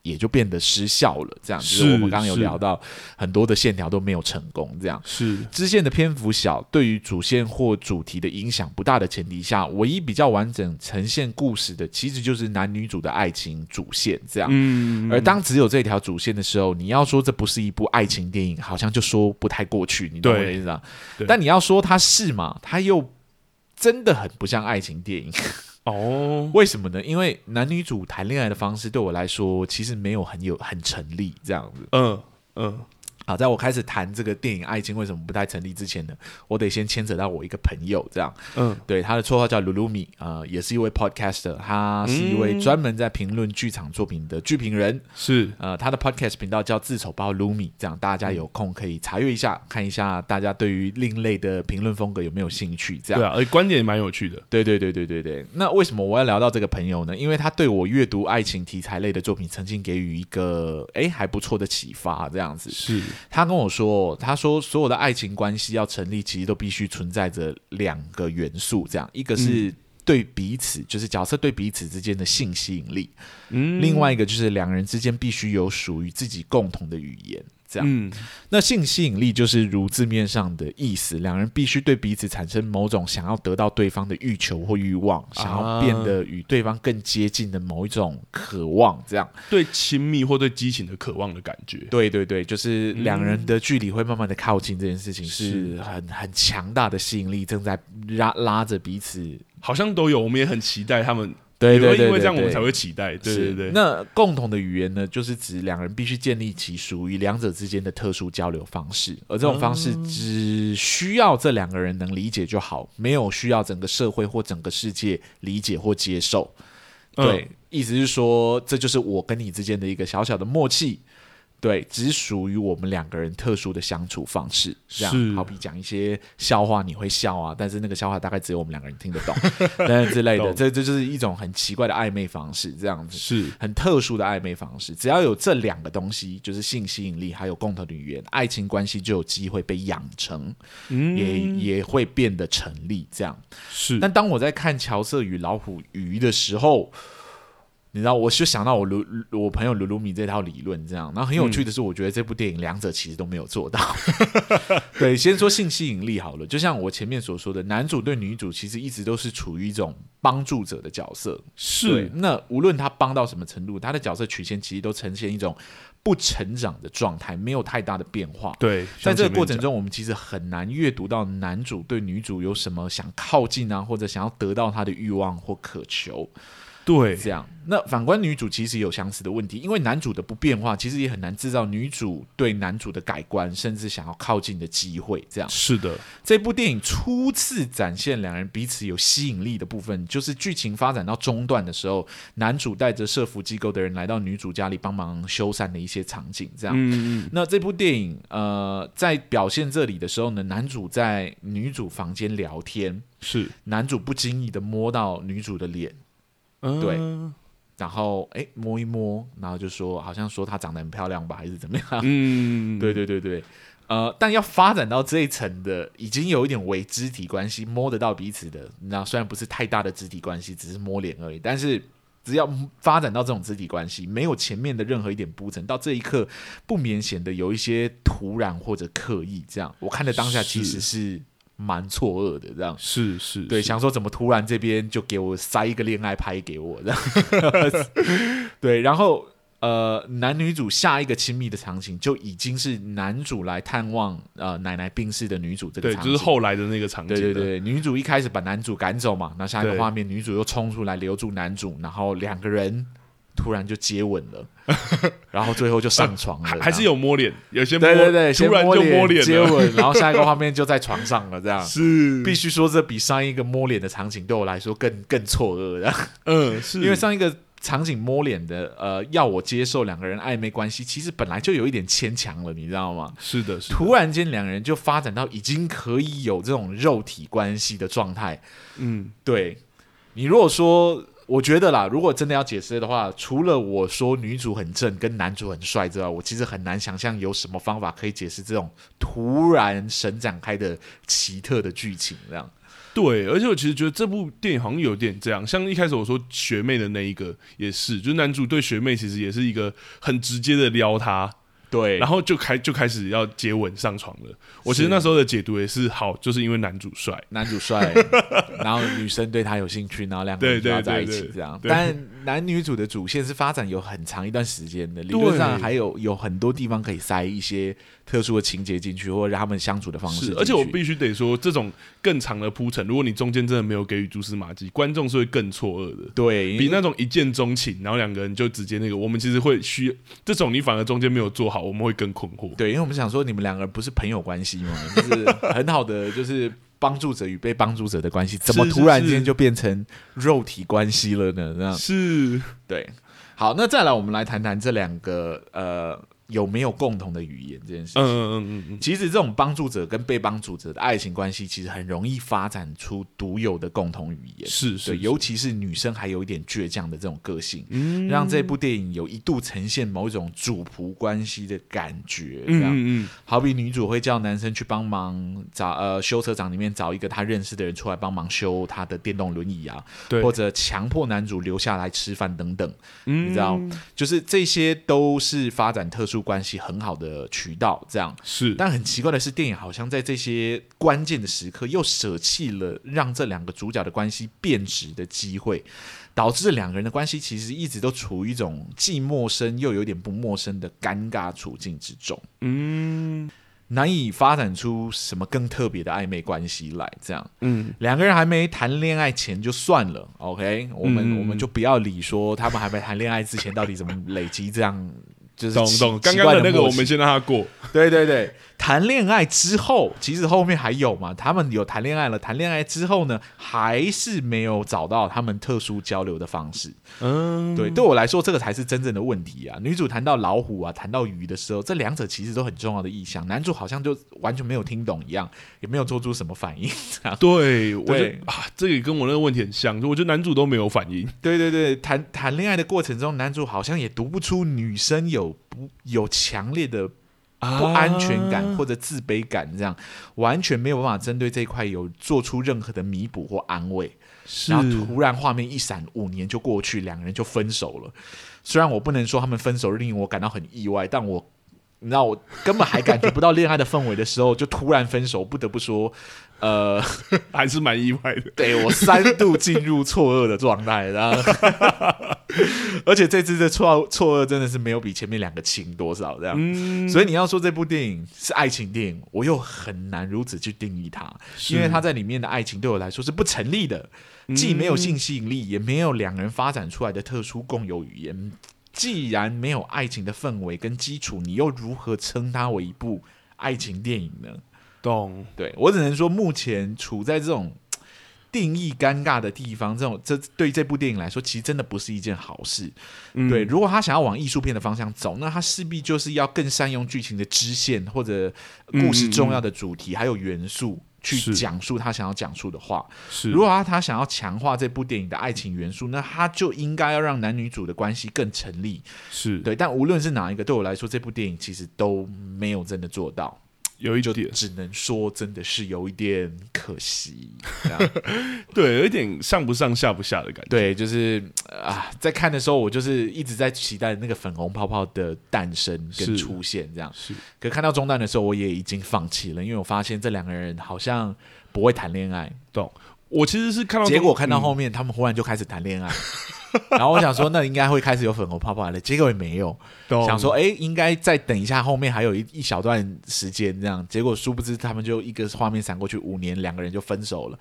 Speaker 2: 也就变得失效了。这样，就是
Speaker 1: 是
Speaker 2: 我们刚刚有
Speaker 1: 是
Speaker 2: 聊到，很多的线条都没有成功。这样，
Speaker 1: 是
Speaker 2: 支线的篇幅小，对于主线或主题的影响不大的前提下，唯一比较完整呈现故事的，其实就是男女主的爱情主线这样。
Speaker 1: 嗯，
Speaker 2: 而当只有这条主线的时候，你要说这不是一部爱情电影，好像就说不太过去，你懂我的
Speaker 1: 对
Speaker 2: 意思啊
Speaker 1: 对？
Speaker 2: 但你要说它是嘛，它又真的很不像爱情电影。
Speaker 1: 哦，
Speaker 2: 为什么呢？因为男女主谈恋爱的方式对我来说，其实没有很有很成立这样子。
Speaker 1: 嗯嗯，
Speaker 2: 好，在我开始谈这个电影爱情为什么不太成立之前呢，我得先牵扯到我一个朋友这样。
Speaker 1: 嗯，
Speaker 2: 对，他的绰号叫鲁鲁米，呃，也是一位 podcaster，他是一位
Speaker 1: 嗯
Speaker 2: 专门在评论剧场作品的剧评人。
Speaker 1: 是
Speaker 2: 呃，他的 podcast 频道叫“自丑包 Lumi”，这样大家有空可以查阅一下，看一下大家对于另类的评论风格有没有兴趣。这样，
Speaker 1: 对啊，而且观点也蛮有趣的，
Speaker 2: 对对对对对对。那为什么我要聊到这个朋友呢？因为他对我阅读爱情题材类的作品曾经给予一个诶还不错的启发。这样子，
Speaker 1: 是
Speaker 2: 他跟我说，他说所有的爱情关系要成立，其实都必须存在着两个元素，这样一个是对彼此，就是角色对彼此之间的性吸引力，
Speaker 1: 嗯
Speaker 2: 另外一个就是两人之间必须有属于自己共同的语言。这样，
Speaker 1: 嗯
Speaker 2: 那性吸引力就是如字面上的意思，两人必须对彼此产生某种想要得到对方的欲求或欲望，想要变得与对方更接近的某一种渴望。这样，
Speaker 1: 对亲密或对激情的渴望的感觉，
Speaker 2: 对对对，就是两人的距离会慢慢的靠近，这件事情
Speaker 1: 是
Speaker 2: 嗯是很很强大的吸引力，正在拉拉着彼此。
Speaker 1: 好像都有，我们也很期待他们，
Speaker 2: 对对对
Speaker 1: 也会
Speaker 2: 对
Speaker 1: 因为这样我
Speaker 2: 对
Speaker 1: 们才会期待，对
Speaker 2: 是
Speaker 1: 对对，嗯
Speaker 2: 那共同的语言呢，就是指两人必须建立起属于两者之间的特殊交流方式，而这种方式只需要这两个人能理解就好，没有需要整个社会或整个世界理解或接受。
Speaker 1: 嗯
Speaker 2: 对，意思是说，这就是我跟你之间的一个小小的默契。对，只属于我们两个人特殊的相处方式，这样
Speaker 1: 是
Speaker 2: 好比讲一些笑话，你会笑啊，但是那个笑话大概只有我们两个人听得 懂，但是之类的，
Speaker 1: 懂
Speaker 2: 这这就是一种很奇怪的暧昧方式，这样子。
Speaker 1: 是
Speaker 2: 很特殊的暧昧方式。只要有这两个东西，就是性吸引力还有共同的语言，爱情关系就有机会被养成，
Speaker 1: 嗯
Speaker 2: 也也会变得成立。这样，
Speaker 1: 是
Speaker 2: 但当我在看乔瑟与老虎鱼的时候。你知道，我就想到我卢我朋友卢卢米这套理论这样，然后很有趣的是，我觉得这部电影两者其实都没有做到。对，先说性吸引力好了，就像我前面所说的，男主对女主其实一直都是处于一种帮助者的角色，对
Speaker 1: 是，
Speaker 2: 那无论他帮到什么程度，他的角色曲线其实都呈现一种不成长的状态，没有太大的变化。
Speaker 1: 对，
Speaker 2: 在
Speaker 1: 像前
Speaker 2: 这个
Speaker 1: 面
Speaker 2: 过程
Speaker 1: 讲
Speaker 2: 中，我们其实很难阅读到男主对女主有什么想靠近啊，或者想要得到他的欲望或渴求。
Speaker 1: 对
Speaker 2: 这样，那反观女主其实有相似的问题，因为男主的不变化，其实也很难制造女主对男主的改观，甚至想要靠近的机会。这样，
Speaker 1: 是的，
Speaker 2: 这部电影初次展现两人彼此有吸引力的部分，就是剧情发展到中段的时候，男主带着社服机构的人来到女主家里帮忙修缮的一些场景，这样。
Speaker 1: 嗯嗯
Speaker 2: 那这部电影，呃，在表现这里的时候呢，男主在女主房间聊天，
Speaker 1: 是，
Speaker 2: 男主不经意的摸到女主的脸，
Speaker 1: 嗯
Speaker 2: 对然后诶摸一摸，然后就说好像说她长得很漂亮吧，还是怎么样？
Speaker 1: 嗯，
Speaker 2: 对对对对，呃，但要发展到这一层的，已经有一点为肢体关系，摸得到彼此的，那虽然不是太大的肢体关系，只是摸脸而已，但是。只要发展到这种肢体关系，没有前面的任何一点铺陈，到这一刻不免显得有一些突然或者刻意。这样，我看的当下其实
Speaker 1: 是
Speaker 2: 是蛮错愕的。这样，
Speaker 1: 是是，
Speaker 2: 对，
Speaker 1: 是
Speaker 2: 想说怎么突然这边就给我塞一个恋爱拍给我的， 对，然后呃，男女主下一个亲密的场景就已经是男主来探望呃奶奶病逝的女主这个
Speaker 1: 对，
Speaker 2: 场
Speaker 1: 就
Speaker 2: 景，
Speaker 1: 是后来的那个场景
Speaker 2: 对
Speaker 1: 了，
Speaker 2: 对对，女主一开始把男主赶走嘛，那下一个
Speaker 1: 对
Speaker 2: 画面女主又冲出来留住男主，然后两个人突然就接吻 了，然后最后就上床了，
Speaker 1: 还还
Speaker 2: 这
Speaker 1: 是
Speaker 2: 样
Speaker 1: 有摸脸，有些摸
Speaker 2: 对对对，
Speaker 1: 突然就
Speaker 2: 先摸
Speaker 1: 摸脸
Speaker 2: 接
Speaker 1: 了，
Speaker 2: 吻，然后下一个画面就在床上了，这样。
Speaker 1: 是
Speaker 2: 必须说，这比上一个摸脸的场景对我来说更更错愕的，
Speaker 1: 嗯是，
Speaker 2: 因为上一个场景摸脸的，呃，要我接受两个人暧昧关系，其实本来就有一点牵强了，你知道吗？
Speaker 1: 是的是的
Speaker 2: 突然间，两人就发展到已经可以有这种肉体关系的状态。
Speaker 1: 嗯
Speaker 2: 对你如果说，我觉得啦，如果真的要解释的话，除了我说女主很正跟男主很帅之外，我其实很难想象有什么方法可以解释这种突然神展开的奇特的剧情。这样，
Speaker 1: 对，而且我其实觉得这部电影好像有点这样，像一开始我说学妹的那一个也是，就是男主对学妹其实也是一个很直接的撩她，
Speaker 2: 对
Speaker 1: 然后就开就开始要接吻上床了。我其实
Speaker 2: 是
Speaker 1: 那时候的解读也是好，就是因为男主帅，
Speaker 2: 男 主帅，然后女生对他有兴趣，然后两个人
Speaker 1: 对
Speaker 2: 就要
Speaker 1: 对
Speaker 2: 在一
Speaker 1: 对
Speaker 2: 起
Speaker 1: 对
Speaker 2: 这样。
Speaker 1: 对
Speaker 2: 但男女主的主线是发展有很长一段时间的，理论上
Speaker 1: 对
Speaker 2: 还有有很多地方可以塞一些特殊的情节进去，或者让他们相处的方式
Speaker 1: 是
Speaker 2: 进，去。
Speaker 1: 而且我必须得说，这种更长的铺陈，如果你中间真的没有给予蛛丝马迹，观众是会更错愕的。
Speaker 2: 对
Speaker 1: 比那种一见钟情，然后两个人就直接那个，我们其实会需这种，你反而中间没有做好，我们会更困惑。
Speaker 2: 对，因啊为我们想说你们两个人不是朋友关系 嘛，就是很好的就是。帮助者与被帮助者的关系，怎么
Speaker 1: 是
Speaker 2: 突然
Speaker 1: 是
Speaker 2: 间就变成肉体关系了呢？这样
Speaker 1: 是，
Speaker 2: 对，好，那再来，我们来谈谈这两个呃有没有共同的语言这件事
Speaker 1: 嗯
Speaker 2: 情。
Speaker 1: 嗯嗯嗯嗯，
Speaker 2: 其实这种帮助者跟被帮助者的爱情关系，其实很容易发展出独有的共同语言。
Speaker 1: 是
Speaker 2: 对，
Speaker 1: 是，
Speaker 2: 尤其是女生还有一点倔强的这种个性，
Speaker 1: 嗯
Speaker 2: 让这部电影有一度呈现某种主仆关系的感觉。这
Speaker 1: 嗯
Speaker 2: 样，
Speaker 1: 嗯嗯，
Speaker 2: 好比女主会叫男生去帮忙找呃修车厂里面找一个她认识的人出来帮忙修她的电动轮椅啊，
Speaker 1: 对，
Speaker 2: 或者强迫男主留下来吃饭等等。
Speaker 1: 你
Speaker 2: 你知道，就是这些都是发展特殊关系很好的渠道。这样，
Speaker 1: 是，
Speaker 2: 但很奇怪的是，电影好像在这些关键的时刻又舍弃了让这两个主角的关系变质的机会，导致两个人的关系其实一直都处于一种既陌生又有点不陌生的尴尬处境之中，
Speaker 1: 嗯
Speaker 2: 难以发展出什么更特别的暧昧关系来。这样，
Speaker 1: 嗯，
Speaker 2: 两个人还没谈恋爱前就算了，OK，我们、
Speaker 1: 嗯
Speaker 2: 我们就不要理说他们还没谈恋爱之前到底怎么累积这样。就是
Speaker 1: 懂
Speaker 2: 奇
Speaker 1: 懂。刚
Speaker 2: 奇
Speaker 1: 刚
Speaker 2: 怪
Speaker 1: 的那个，
Speaker 2: 默
Speaker 1: 我
Speaker 2: 契
Speaker 1: 们先让他过。
Speaker 2: 对对对，谈恋爱之后，其实后面还有嘛，他们有谈恋爱了，谈恋爱之后呢，还是没有找到他们特殊交流的方式。
Speaker 1: 嗯，
Speaker 2: 对，对我来说，这个才是真正的问题啊！女主谈到老虎啊，谈到鱼的时候，这两者其实都很重要的意象，男主好像就完全没有听懂一样，也没有做出什么反应。
Speaker 1: 对，我觉
Speaker 2: 对
Speaker 1: 得啊，这个跟我那个问题很像，我觉得男主都没有反应。
Speaker 2: 对对对， 谈谈恋爱的过程中，男主好像也读不出女生有不有强烈的啊不安全感或者自卑感，这样完全没有办法针对这一块有做出任何的弥补或安慰。
Speaker 1: 是
Speaker 2: 然后突然画面一闪，五年就过去，两个人就分手了。虽然我不能说他们分手令我感到很意外，但我你知道我根本还感觉不到恋爱的氛围的时候，就突然分手，不得不说，呃，
Speaker 1: 还是蛮意外的。
Speaker 2: 对我三度进入错愕的状态，然后，而且这次的错错愕真的是没有比前面两个轻多少这样。
Speaker 1: 嗯，
Speaker 2: 所以你要说这部电影是爱情电影，我又很难如此去定义它，
Speaker 1: 是嗯
Speaker 2: 因为它在里面的爱情对我来说是不成立的，既没有性吸引力，也没有两人发展出来的特殊共有语言。既然没有爱情的氛围跟基础，你又如何称它为一部爱情电影呢？
Speaker 1: 懂，
Speaker 2: 对我只能说，目前处在这种嘖定义尴尬的地方，这种这对这部电影来说，其实真的不是一件好事。
Speaker 1: 嗯
Speaker 2: 对，如果他想要往艺术片的方向走，那他势必就是要更善用剧情的支线或者故事重要的主题、还有元素。
Speaker 1: 嗯
Speaker 2: 去
Speaker 1: 是
Speaker 2: 讲述他想要讲述的话。
Speaker 1: 是
Speaker 2: 如果他他想要强化这部电影的爱情元素，那他就应该要让男女主的关系更成立。
Speaker 1: 是
Speaker 2: 对，但无论是哪一个，对我来说，这部电影其实都没有真的做到。
Speaker 1: 有一
Speaker 2: 就
Speaker 1: 点，
Speaker 2: 只能说真的是有一点可惜。这样
Speaker 1: 对，有一点上不上下不下的感觉。
Speaker 2: 对，就是呃啊，在看的时候，我就是一直在期待那个粉红泡泡的诞生跟
Speaker 1: 是
Speaker 2: 出现，这样。
Speaker 1: 是
Speaker 2: 可看到中弹的时候，我也已经放弃了，因为我发现这两个人好像不会谈恋爱。
Speaker 1: 懂。我其实是看到
Speaker 2: 结
Speaker 1: 中
Speaker 2: 果看到
Speaker 1: 嗯
Speaker 2: 后面，他们忽然就开始谈恋爱。然后我想说，那应该会开始有粉红泡泡了，结果也没有。
Speaker 1: 嗯懂
Speaker 2: 想说，哎、应该再等一下，后面还有一一小段时间这样。结果殊不知，他们就一个画面闪过去，五年两个人就分手了。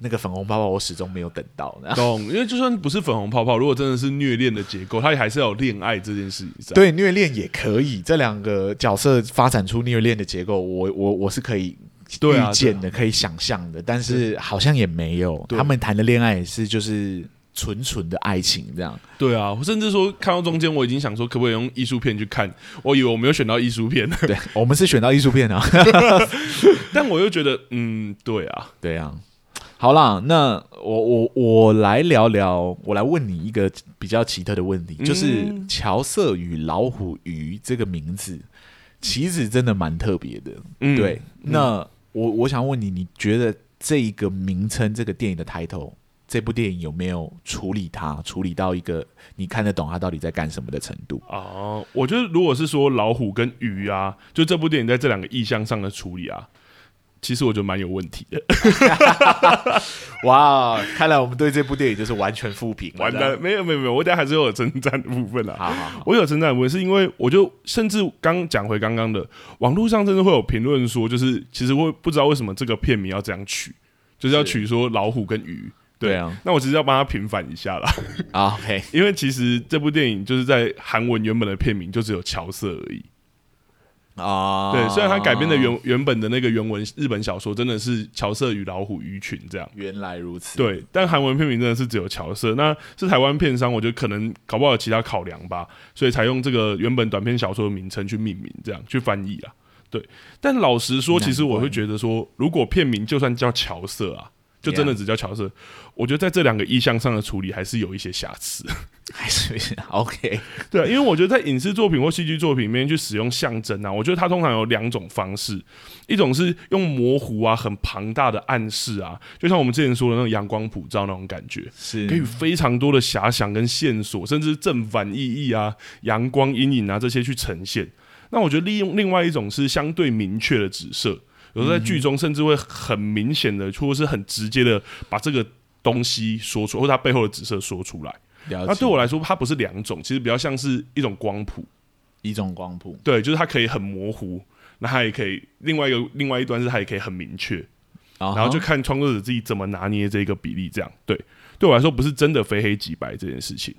Speaker 2: 那个粉红泡泡我始终没有等到。那
Speaker 1: 懂，因为就算不是粉红泡泡，如果真的是虐恋的结构，它也还是要有恋爱这件事情在。
Speaker 2: 对虐恋也可以，这两个角色发展出虐恋的结构，我我我是可以
Speaker 1: 对啊
Speaker 2: 预见的，可以想象的，但是好像也没有。
Speaker 1: 对
Speaker 2: 他们谈的恋爱也是就是纯纯的爱情这样。
Speaker 1: 对啊，甚至说看到中间，我已经想说可不可以用艺术片去看，我以为我没有选到艺术 片，
Speaker 2: 对，我们是选到艺术片啊。
Speaker 1: 但我又觉得，嗯，对啊，
Speaker 2: 对啊，好啦，那我我我来聊聊，我来问你一个比较奇特的问题，就是
Speaker 1: 嗯
Speaker 2: 乔瑟与老虎鱼这个名字，其实真的蛮特别的。
Speaker 1: 嗯，
Speaker 2: 对，那我我想问你，你觉得这一个名称，这个电影的抬头，这部电影有没有处理它，处理到一个你看得懂它到底在干什么的程度？
Speaker 1: 哦，我觉得如果是说老虎跟鱼啊，就这部电影在这两个意象上的处理啊，其实我觉得蛮有问题的。
Speaker 2: 哇，看来我们对这部电影就是 完全负评，
Speaker 1: 完蛋，。没有没有没有，我等下还是有称赞的部分啊。
Speaker 2: 好好好，
Speaker 1: 我有称赞的部分，是因为我就甚至刚讲回刚刚的，网络上真的会有评论说，就是其实会不知道为什么这个片名要这样取，就是要
Speaker 2: 是
Speaker 1: 取说老虎跟鱼。
Speaker 2: 对啊，
Speaker 1: 那我其实要帮他平反一下啦，
Speaker 2: 啊，OK，
Speaker 1: 因为其实这部电影就是在韩文原本的片名就只有乔瑟而已。
Speaker 2: 啊，
Speaker 1: 对，虽然它改编的原原本的那个原文日本小说真的是乔瑟与老虎鱼群这样，
Speaker 2: 原来如此，
Speaker 1: 对，但韩文片名真的是只有乔瑟，那是台湾片商，我觉得可能搞不好有其他考量吧，所以才用这个原本短篇小说的名称去命名，这样去翻译啊。对，但老实说，其实我会觉得说，如果片名就算叫乔瑟啊，就真的只叫乔瑟，我觉得在这两个意象上的处理还是有一些瑕疵。啊
Speaker 2: 还是 OK，
Speaker 1: 对，啊因为我觉得在影视作品或戏剧作品里面去使用象征啊，我觉得它通常有两种方式，一种是用模糊啊、很庞大的暗示啊，就像我们之前说的那种阳光普照那种感觉，给予
Speaker 2: 是
Speaker 1: 非常多的遐想跟线索，甚至正反意义啊、阳光阴影啊这些去呈现。那我觉得利用另外一种是相对明确的指涉，有时候在剧中甚至会很明显的，或是很直接的把这个东西说出，或它背后的指涉说出来。
Speaker 2: 了
Speaker 1: 那
Speaker 2: 解
Speaker 1: 对我来说，它不是两种，其实比较像是一种光谱，
Speaker 2: 一种光谱，
Speaker 1: 对，就是它可以很模糊，那它也可以另外一个另外一端是它也可以很明确，
Speaker 2: 然
Speaker 1: 然后就看创作者自己怎么拿捏这个比例，这样对对我来说不是真的非黑即白这件事情。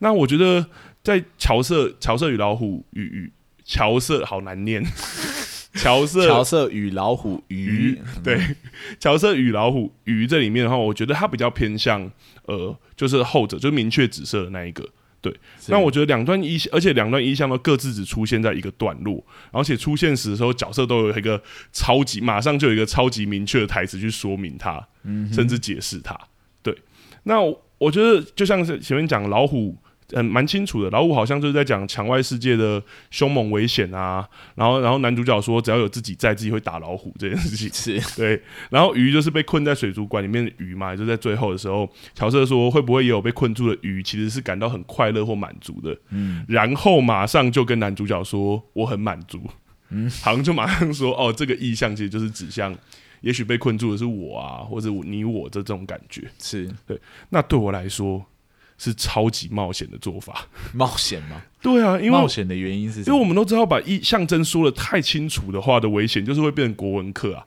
Speaker 1: 那我觉得在乔瑟乔瑟与老虎与与乔瑟好难念， 乔瑟
Speaker 2: 乔瑟与老虎鱼嗯
Speaker 1: 鱼，对，乔瑟与老虎鱼这里面的话，我觉得它比较偏向呃，就是后者，就是明确紫色的那一个。对，
Speaker 2: 是
Speaker 1: 那我觉得两段一，而且两段一项都各自只出现在一个段落，而且出现时的时候，角色都有一个超级，马上就有一个超级明确的台词去说明它，甚至解释它。对，那我我觉得就像是前面讲老虎。嗯，蛮清楚的。老虎好像就是在讲墙外世界的凶猛危险啊，然后，然后男主角说，只要有自己在，自己会打老虎这件事情。
Speaker 2: 是
Speaker 1: 对，然后鱼就是被困在水族馆里面的鱼嘛，也就在最后的时候，乔瑟说会不会也有被困住的鱼，其实是感到很快乐或满足的，嗯，然后马上就跟男主角说我很满足，嗯，好像就马上说哦，这个意象其实就是指向，也许被困住的是我啊，或者我你我这这种感觉，
Speaker 2: 是
Speaker 1: 那对我来说是超级冒险的做法，
Speaker 2: 冒险吗？
Speaker 1: 对啊，因为
Speaker 2: 冒
Speaker 1: 我
Speaker 2: 险的原因是什
Speaker 1: 因为
Speaker 2: 么？
Speaker 1: 我们都知道，把意象征说的太清楚的话的危险，就是会变成国文课啊。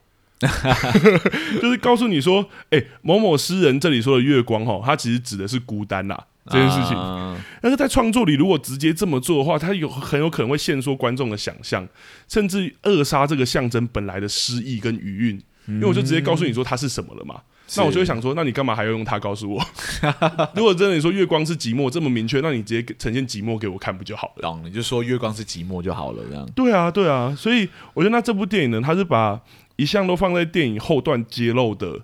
Speaker 1: 就是告诉你说，哎、某某诗人这里说的月光哈，它其实指的是孤单啦、这件事情。
Speaker 2: 啊
Speaker 1: 但是在创作里，如果直接这么做的话，它有很有可能会限缩观众的想象，甚至扼杀这个象征本来的诗意跟余韵。因为我就直接告诉你说它是什么了嘛，
Speaker 2: 是
Speaker 1: 那我就会想说，那你干嘛还要用它告诉我？ 如果真的你说月光是寂寞这么明确，那你直接呈现寂寞给我看不就好了？
Speaker 2: 懂，你就说月光是寂寞就好了，这样
Speaker 1: 对啊，对啊，所以我觉得那这部电影呢，它是把一项都放在电影后段揭露的，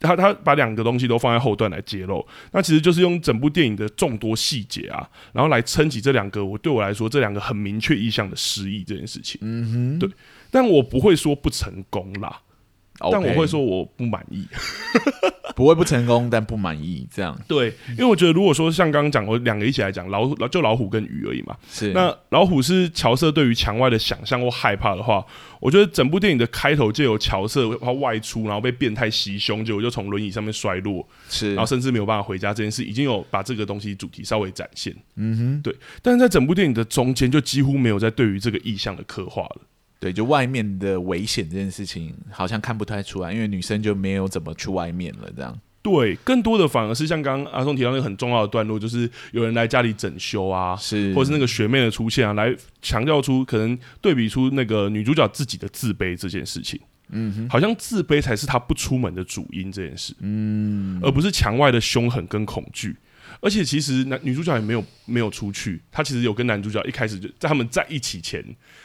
Speaker 1: 它它把两个东西都放在后段来揭露，那其实就是用整部电影的众多细节啊，然后来撑起这两个我对我来说这两个很明确意向的失意这件事情。嗯哼，对，但我不会说不成功啦但我
Speaker 2: OK
Speaker 1: 会说我不满意。
Speaker 2: 不会不成功，但不满意，这样
Speaker 1: 对，因为我觉得如果说像刚刚讲，我两个一起来讲老虎，就老虎跟鱼而已嘛，
Speaker 2: 是
Speaker 1: 那老虎是乔瑟对于墙外的想象或害怕的话，我觉得整部电影的开头就有乔瑟他外出，然后被变态袭胸，结果就从轮椅上面摔落，
Speaker 2: 是
Speaker 1: 然后甚至没有办法回家这件事，已经有把这个东西主题稍微展现。嗯哼，对。但是在整部电影的中间，就几乎没有在对于这个意象的刻画了。
Speaker 2: 对，就外面的危险这件事情，好像看不太出来，因为女生就没有怎么去外面了，这样。
Speaker 1: 对，更多的反而是像刚刚阿松提到那个很重要的段落，就是有人来家里整修啊，
Speaker 2: 是，
Speaker 1: 或者是那个学妹的出现啊，来强调出可能对比出那个女主角自己的自卑这件事情。
Speaker 2: 嗯哼，
Speaker 1: 好像自卑才是她不出门的主因这件事，
Speaker 2: 嗯，
Speaker 1: 而不是墙外的凶狠跟恐惧。而且其实男女主角也没有没有出去，她其实有跟男主角一开始就在他们在一起前，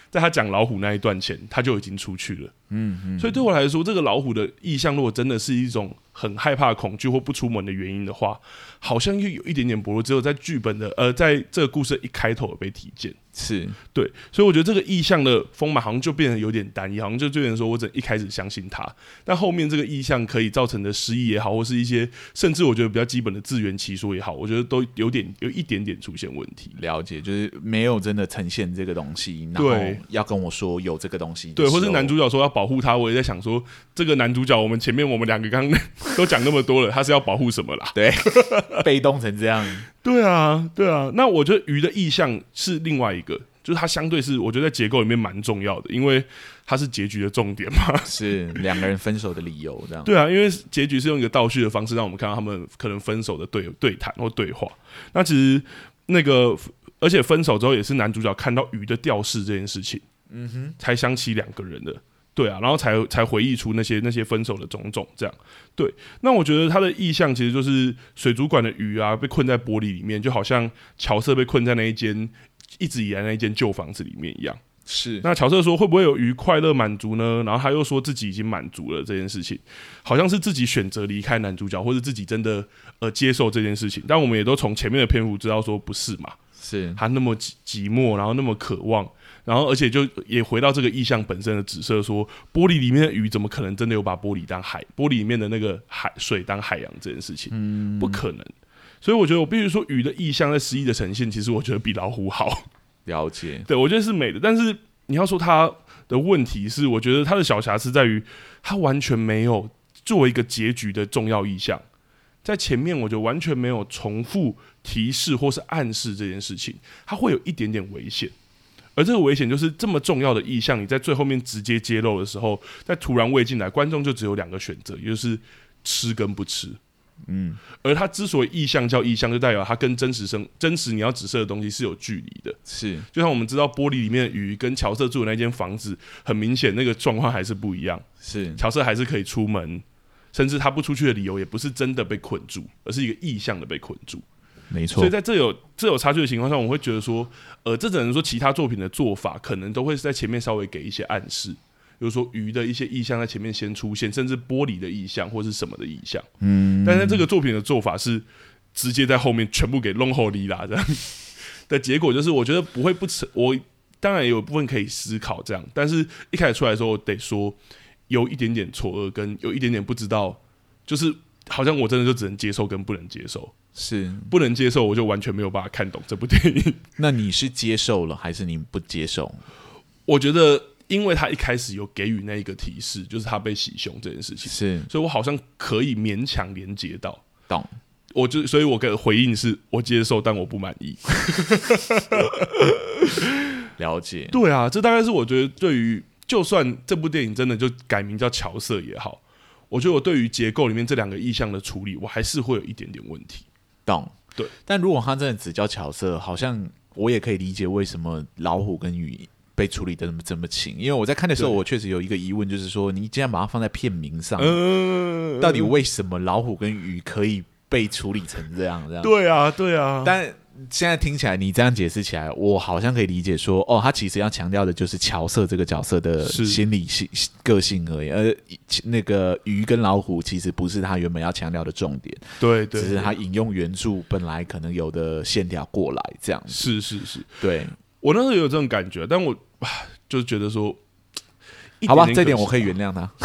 Speaker 1: 在他讲老虎那一段前，她就已经出去了。
Speaker 2: 嗯嗯，
Speaker 1: 所以对我来说，这个老虎的意象，如果真的是一种很害怕、恐惧或不出门的原因的话，好像又有一点点薄弱，只有在剧本的呃，在这个故事一开头有被体现。
Speaker 2: 是，
Speaker 1: 对，所以我觉得这个意象的丰满好像就变得有点单一，好像就变成说我只一开始相信他，但后面这个意象可以造成的失忆也好，或是一些甚至我觉得比较基本的自圆其说也好，我觉得都有点有一点点出现问题。
Speaker 2: 了解，就是没有真的呈现这个东西，然后
Speaker 1: 对
Speaker 2: 要跟我说有这个东西的
Speaker 1: 对，
Speaker 2: 时候，
Speaker 1: 或是男主角说要保护他，我也在想说，这个男主角我们前面我们两个刚刚都讲那么多了，他是要保护什么啦？
Speaker 2: 被动成这样，
Speaker 1: 对啊，对啊。那我觉得鱼的意象是另外一个，就是它相对是我觉得在结构里面蛮重要的，因为它是结局的重点嘛。
Speaker 2: 是两个人分手的理由，这样。
Speaker 1: 对啊，因为结局是用一个倒叙的方式让我们看到他们可能分手的对对谈或对话。那其实那个，而且分手之后也是男主角看到鱼的吊饰这件事情，嗯哼，才想起两个人的。对啊，然后才才回忆出那些那些分手的种种，这样对。那我觉得他的意象其实就是水族馆的鱼啊，被困在玻璃里面，就好像乔瑟被困在那一间一直以来那一间旧房子里面一样。
Speaker 2: 是
Speaker 1: 那乔瑟说会不会有鱼快乐满足呢？然后他又说自己已经满足了这件事情，好像是自己选择离开男主角，或者自己真的呃接受这件事情。但我们也都从前面的篇幅知道说不是嘛，
Speaker 2: 是，
Speaker 1: 他那么寂寂寞，然后那么渴望，然后而且就也回到这个意象本身的指涉说，玻璃里面的鱼怎么可能真的有把玻璃当海，玻璃里面的那个海水当海洋这件事情，不可能。所以我觉得我必须说，鱼的意象在诗意的呈现，其实我觉得比老虎好。
Speaker 2: 了解，
Speaker 1: 对我觉得是美的，但是你要说它的问题是，我觉得它的小瑕疵在于，它完全没有作为一个结局的重要意象，在前面我觉得完全没有重复提示或是暗示这件事情，它会有一点点危险。而这个危险就是这么重要的意象，你在最后面直接揭露的时候，再突然喂进来，观众就只有两个选择，也就是吃跟不吃。
Speaker 2: 嗯，
Speaker 1: 而它之所以意象叫意象，就代表它跟真实生真实你要指涉的东西是有距离的。
Speaker 2: 是
Speaker 1: 就像我们知道玻璃里面的鱼跟乔瑟住的那间房子，很明显那个状况还是不一样。
Speaker 2: 是，
Speaker 1: 乔瑟还是可以出门，甚至他不出去的理由也不是真的被捆住，而是一个意向的被捆住。
Speaker 2: 没错
Speaker 1: 所以，在这有这有差距的情况下，我会觉得说，呃，这只能说其他作品的做法可能都会是在前面稍微给一些暗示，比如说鱼的一些意象在前面先出现，甚至玻璃的意象或是什么的意象。
Speaker 2: 嗯，
Speaker 1: 但是这个作品的做法是直接在后面全部给弄后里啦，这样 的结果就是我觉得不会不成，我当然也有部分可以思考这样，但是一开始出来的时候，我得说有一点点错愕，跟有一点点不知道，就是好像我真的就只能接受跟不能接受，
Speaker 2: 是。
Speaker 1: 不能接受我就完全没有办法看懂这部电影。
Speaker 2: 那你是接受了还是你不接受？
Speaker 1: 我觉得，因为他一开始有给予那一个提示，就是他被洗胸这件事情，
Speaker 2: 是
Speaker 1: 所以我好像可以勉强连接到。
Speaker 2: 懂，
Speaker 1: 我就所以，我的回应是我接受，但我不满意。
Speaker 2: 了解，
Speaker 1: 对啊，这大概是我觉得对于就算这部电影真的就改名叫乔瑟也好，我觉得我对于结构里面这两个意象的处理，我还是会有一点点问题。
Speaker 2: 懂。
Speaker 1: 对，
Speaker 2: 但如果他真的只叫乔瑟，好像我也可以理解为什么老虎跟雨被处理的这么这么轻。因为我在看的时候，
Speaker 1: 对
Speaker 2: 我确实有一个疑问，就是说你既然把它放在片名上，
Speaker 1: 嗯，
Speaker 2: 到底为什么老虎跟雨可以被处理成这样？这样
Speaker 1: 对啊，对啊，
Speaker 2: 但现在听起来，你这样解释起来，我好像可以理解说，哦，他其实要强调的就是乔瑟这个角色的
Speaker 1: 是
Speaker 2: 心理性个性而已，而那个鱼跟老虎其实不是他原本要强调的重点，
Speaker 1: 对对，
Speaker 2: 只是他引用原著本来可能有的线条过来这样。
Speaker 1: 是是是，
Speaker 2: 对，
Speaker 1: 我那时候也有这种感觉，但我唉就是觉得说，一
Speaker 2: 好吧，
Speaker 1: 点
Speaker 2: 这点
Speaker 1: 可惜
Speaker 2: 我可以原谅他。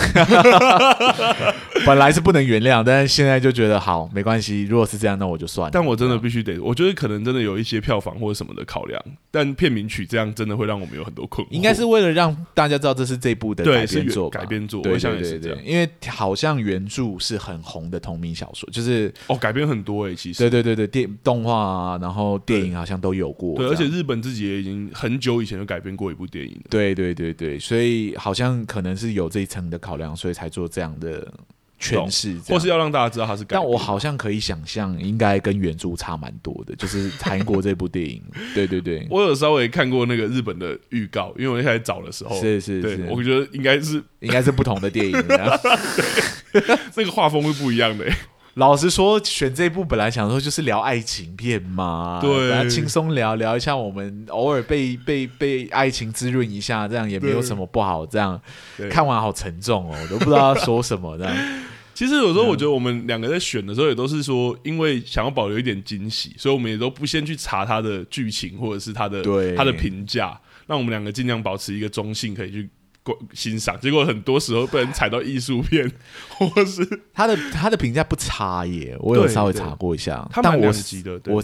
Speaker 2: 本来是不能原谅，但是现在就觉得好，没关系。如果是这样，那我就算了。
Speaker 1: 但我真的必须得，我觉得可能真的有一些票房或者什么的考量，但片名取这样真的会让我们有很多困惑。
Speaker 2: 应该是为了让大家知道这是这部的
Speaker 1: 对
Speaker 2: 改
Speaker 1: 是
Speaker 2: 编
Speaker 1: 原
Speaker 2: 作吧，
Speaker 1: 改编作，
Speaker 2: 对
Speaker 1: 我想
Speaker 2: 对
Speaker 1: 也是
Speaker 2: 对
Speaker 1: 这
Speaker 2: 对
Speaker 1: 样。，
Speaker 2: 因为好像原著是很红的同名小说，就是
Speaker 1: 哦，改编很多诶、其实
Speaker 2: 对对对对电动画啊，然后电影好像都有过，
Speaker 1: 对，
Speaker 2: 这
Speaker 1: 而
Speaker 2: 样
Speaker 1: 且日本自己也已经很久以前就改编过一部电影了。
Speaker 2: 对对对对，所以好像可能是有这一层的考量，所以才做这样的诠释，这
Speaker 1: 或
Speaker 2: 样
Speaker 1: 是要让大家知道它是改
Speaker 2: 但
Speaker 1: 编。
Speaker 2: 我好像可以想象，应该跟原著差蛮多的，就是韩国这部电影。对对对，
Speaker 1: 我有稍微看过那个日本的预告，因为我一开始找的时候，
Speaker 2: 是是
Speaker 1: 哦对，我
Speaker 2: 是，
Speaker 1: 觉得应该是
Speaker 2: 应该是不同的电影。这样
Speaker 1: 那个画风会不一样的、欸。
Speaker 2: 老实说，选这部本来想说就是聊爱情片嘛，
Speaker 1: 对
Speaker 2: 大家轻松聊聊一下，我们偶尔被被被爱情滋润一下，这样也没有
Speaker 1: 对
Speaker 2: 什么不好。这样
Speaker 1: 对
Speaker 2: 看完好沉重哦，我都不知道要说什么。这样
Speaker 1: 其实有时候我觉得我们两个在选的时候，也都是说，因为想要保留一点惊喜，所以我们也都不先去查它的剧情或者是它的
Speaker 2: 对
Speaker 1: 它的评价，让我们两个尽量保持一个中性，可以去观欣赏。结果很多时候被人踩到艺术片，或是
Speaker 2: 他的他的评价不差耶，我有
Speaker 1: 对
Speaker 2: 稍微
Speaker 1: 对
Speaker 2: 查过一下，
Speaker 1: 他
Speaker 2: 但
Speaker 1: 蛮
Speaker 2: 我
Speaker 1: 两
Speaker 2: 是
Speaker 1: 极的。对
Speaker 2: 我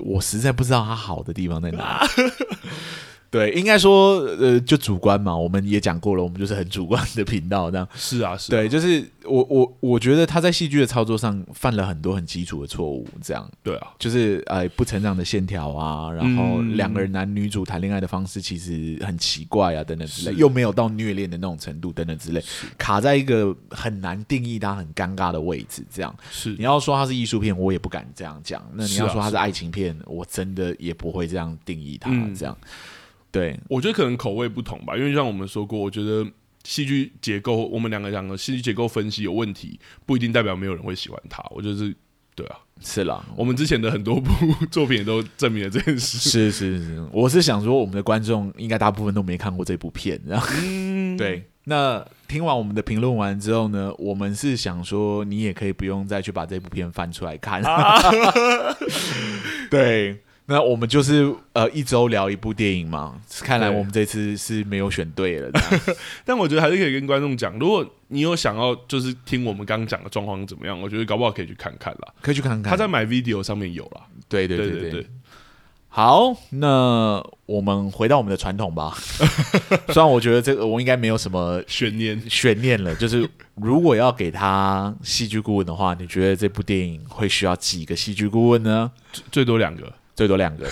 Speaker 2: 我实在不知道它好的地方 在哪里。对，应该说，呃，就主观嘛，我们也讲过了，我们就是很主观的频道，这样。
Speaker 1: 是啊，是啊
Speaker 2: 对，就是我我我觉得他在戏剧的操作上犯了很多很基础的错误，这样
Speaker 1: 对啊，
Speaker 2: 就是呃不成长的线条啊，然后
Speaker 1: 嗯
Speaker 2: 两个人男女主谈恋爱的方式其实很奇怪啊，等等之类，
Speaker 1: 是
Speaker 2: 又没有到虐恋的那种程度，等等之类，卡在一个很难定义它很尴尬的位置，这样。
Speaker 1: 是
Speaker 2: 你要说它是艺术片，我也不敢这样讲。那你
Speaker 1: 是啊
Speaker 2: 要说它是
Speaker 1: 是啊
Speaker 2: 爱情片，我真的也不会这样定义它。
Speaker 1: 嗯
Speaker 2: 这样，对，
Speaker 1: 我觉得可能口味不同吧，因为像我们说过，我觉得戏剧结构，我们两个讲的戏剧结构分析有问题，不一定代表没有人会喜欢它。我觉得是对啊，
Speaker 2: 是啦，
Speaker 1: 我们之前的很多部作品也都证明了这件事。
Speaker 2: 是是是，我是想说，我们的观众应该大部分都没看过这部片，然后、
Speaker 1: 嗯，
Speaker 2: 对。那听完我们的评论完之后呢，我们是想说，你也可以不用再去把这部片翻出来看。
Speaker 1: 啊
Speaker 2: 对，那我们就是呃一周聊一部电影嘛，看来
Speaker 1: 对
Speaker 2: 我们这次是没有选对了。这样
Speaker 1: 但我觉得还是可以跟观众讲，如果你有想要就是听我们刚刚讲的状况怎么样，我觉得搞不好可以去看看啦。
Speaker 2: 可以去看看。
Speaker 1: 他在买 video 上面有啦，
Speaker 2: 对对
Speaker 1: 对
Speaker 2: 对对
Speaker 1: 对，
Speaker 2: 好，那我们回到我们的传 统吧。虽然我觉得这个我应该没有什么
Speaker 1: 悬念
Speaker 2: 悬念了， 就是如果要给他戏剧顾问的话，你觉得这部电影会需要几个戏剧顾问呢？
Speaker 1: 最最多两个，
Speaker 2: 最多 两个，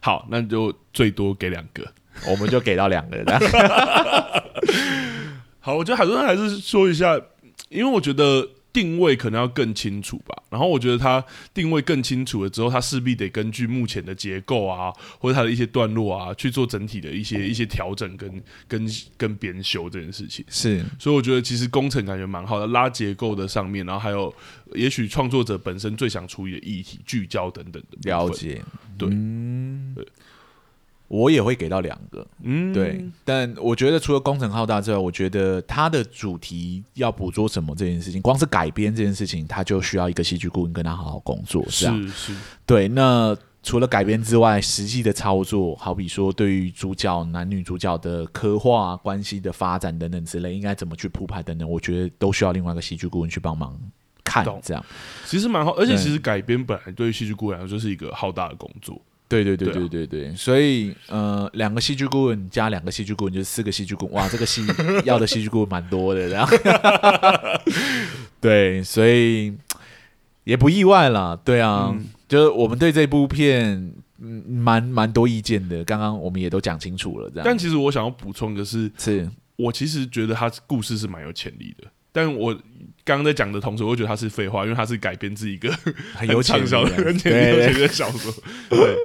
Speaker 1: 好，那就最多给两个。
Speaker 2: 我们就给到两个。啊这样
Speaker 1: 好，我觉得海豚还是说一下，因为我觉得定位可能要更清楚吧。然后我觉得它定位更清楚了之后，它势必得根据目前的结构啊，或者它的一些段落啊，去做整体的一些一些调整跟跟跟编修这件事情。
Speaker 2: 是
Speaker 1: 所以我觉得其实工程感觉蛮好的，拉结构的上面，然后还有也许创作者本身最想处理的议题、聚焦等等的部分
Speaker 2: 了。解，
Speaker 1: 对
Speaker 2: 嗯
Speaker 1: 对
Speaker 2: 我也会给到两个。
Speaker 1: 嗯，
Speaker 2: 对，但我觉得除了工程浩大之外，我觉得他的主题要捕捉什么这件事情，光是改编这件事情，他就需要一个戏剧顾问跟他好好工作，这样
Speaker 1: 是是，
Speaker 2: 对。那除了改编之外，实际的操作，好比说对于主角男女主角的刻画、关系的发展等等之类，应该怎么去铺排等等，我觉得都需要另外一个戏剧顾问去帮忙看
Speaker 1: 懂，
Speaker 2: 这样。
Speaker 1: 其实蛮好，而且
Speaker 2: 对
Speaker 1: 其实改编本来对于戏剧顾问来说就是一个浩大的工作。
Speaker 2: 对对对
Speaker 1: 对
Speaker 2: 对
Speaker 1: 啊
Speaker 2: 对对，所以呃，两个戏剧顾问加两个戏剧顾问就是四个戏剧顾问，哇，这个戏要的戏剧顾问蛮多 的，然后对，所以也不意外啦，对啊，
Speaker 1: 嗯
Speaker 2: 就是我们对这部片嗯蛮蛮多意见的，刚刚我们也都讲清楚了，这样，
Speaker 1: 但其实我想要补充的是，
Speaker 2: 是
Speaker 1: 我其实觉得他故事是蛮有潜力的，但我刚刚在讲的同时，我又觉得他是废话，因为他是改编自己一个
Speaker 2: 很有潜
Speaker 1: 畅
Speaker 2: 力
Speaker 1: 销
Speaker 2: 的，
Speaker 1: 的、很潜
Speaker 2: 对
Speaker 1: 力有
Speaker 2: 对
Speaker 1: 潜力的小说。对，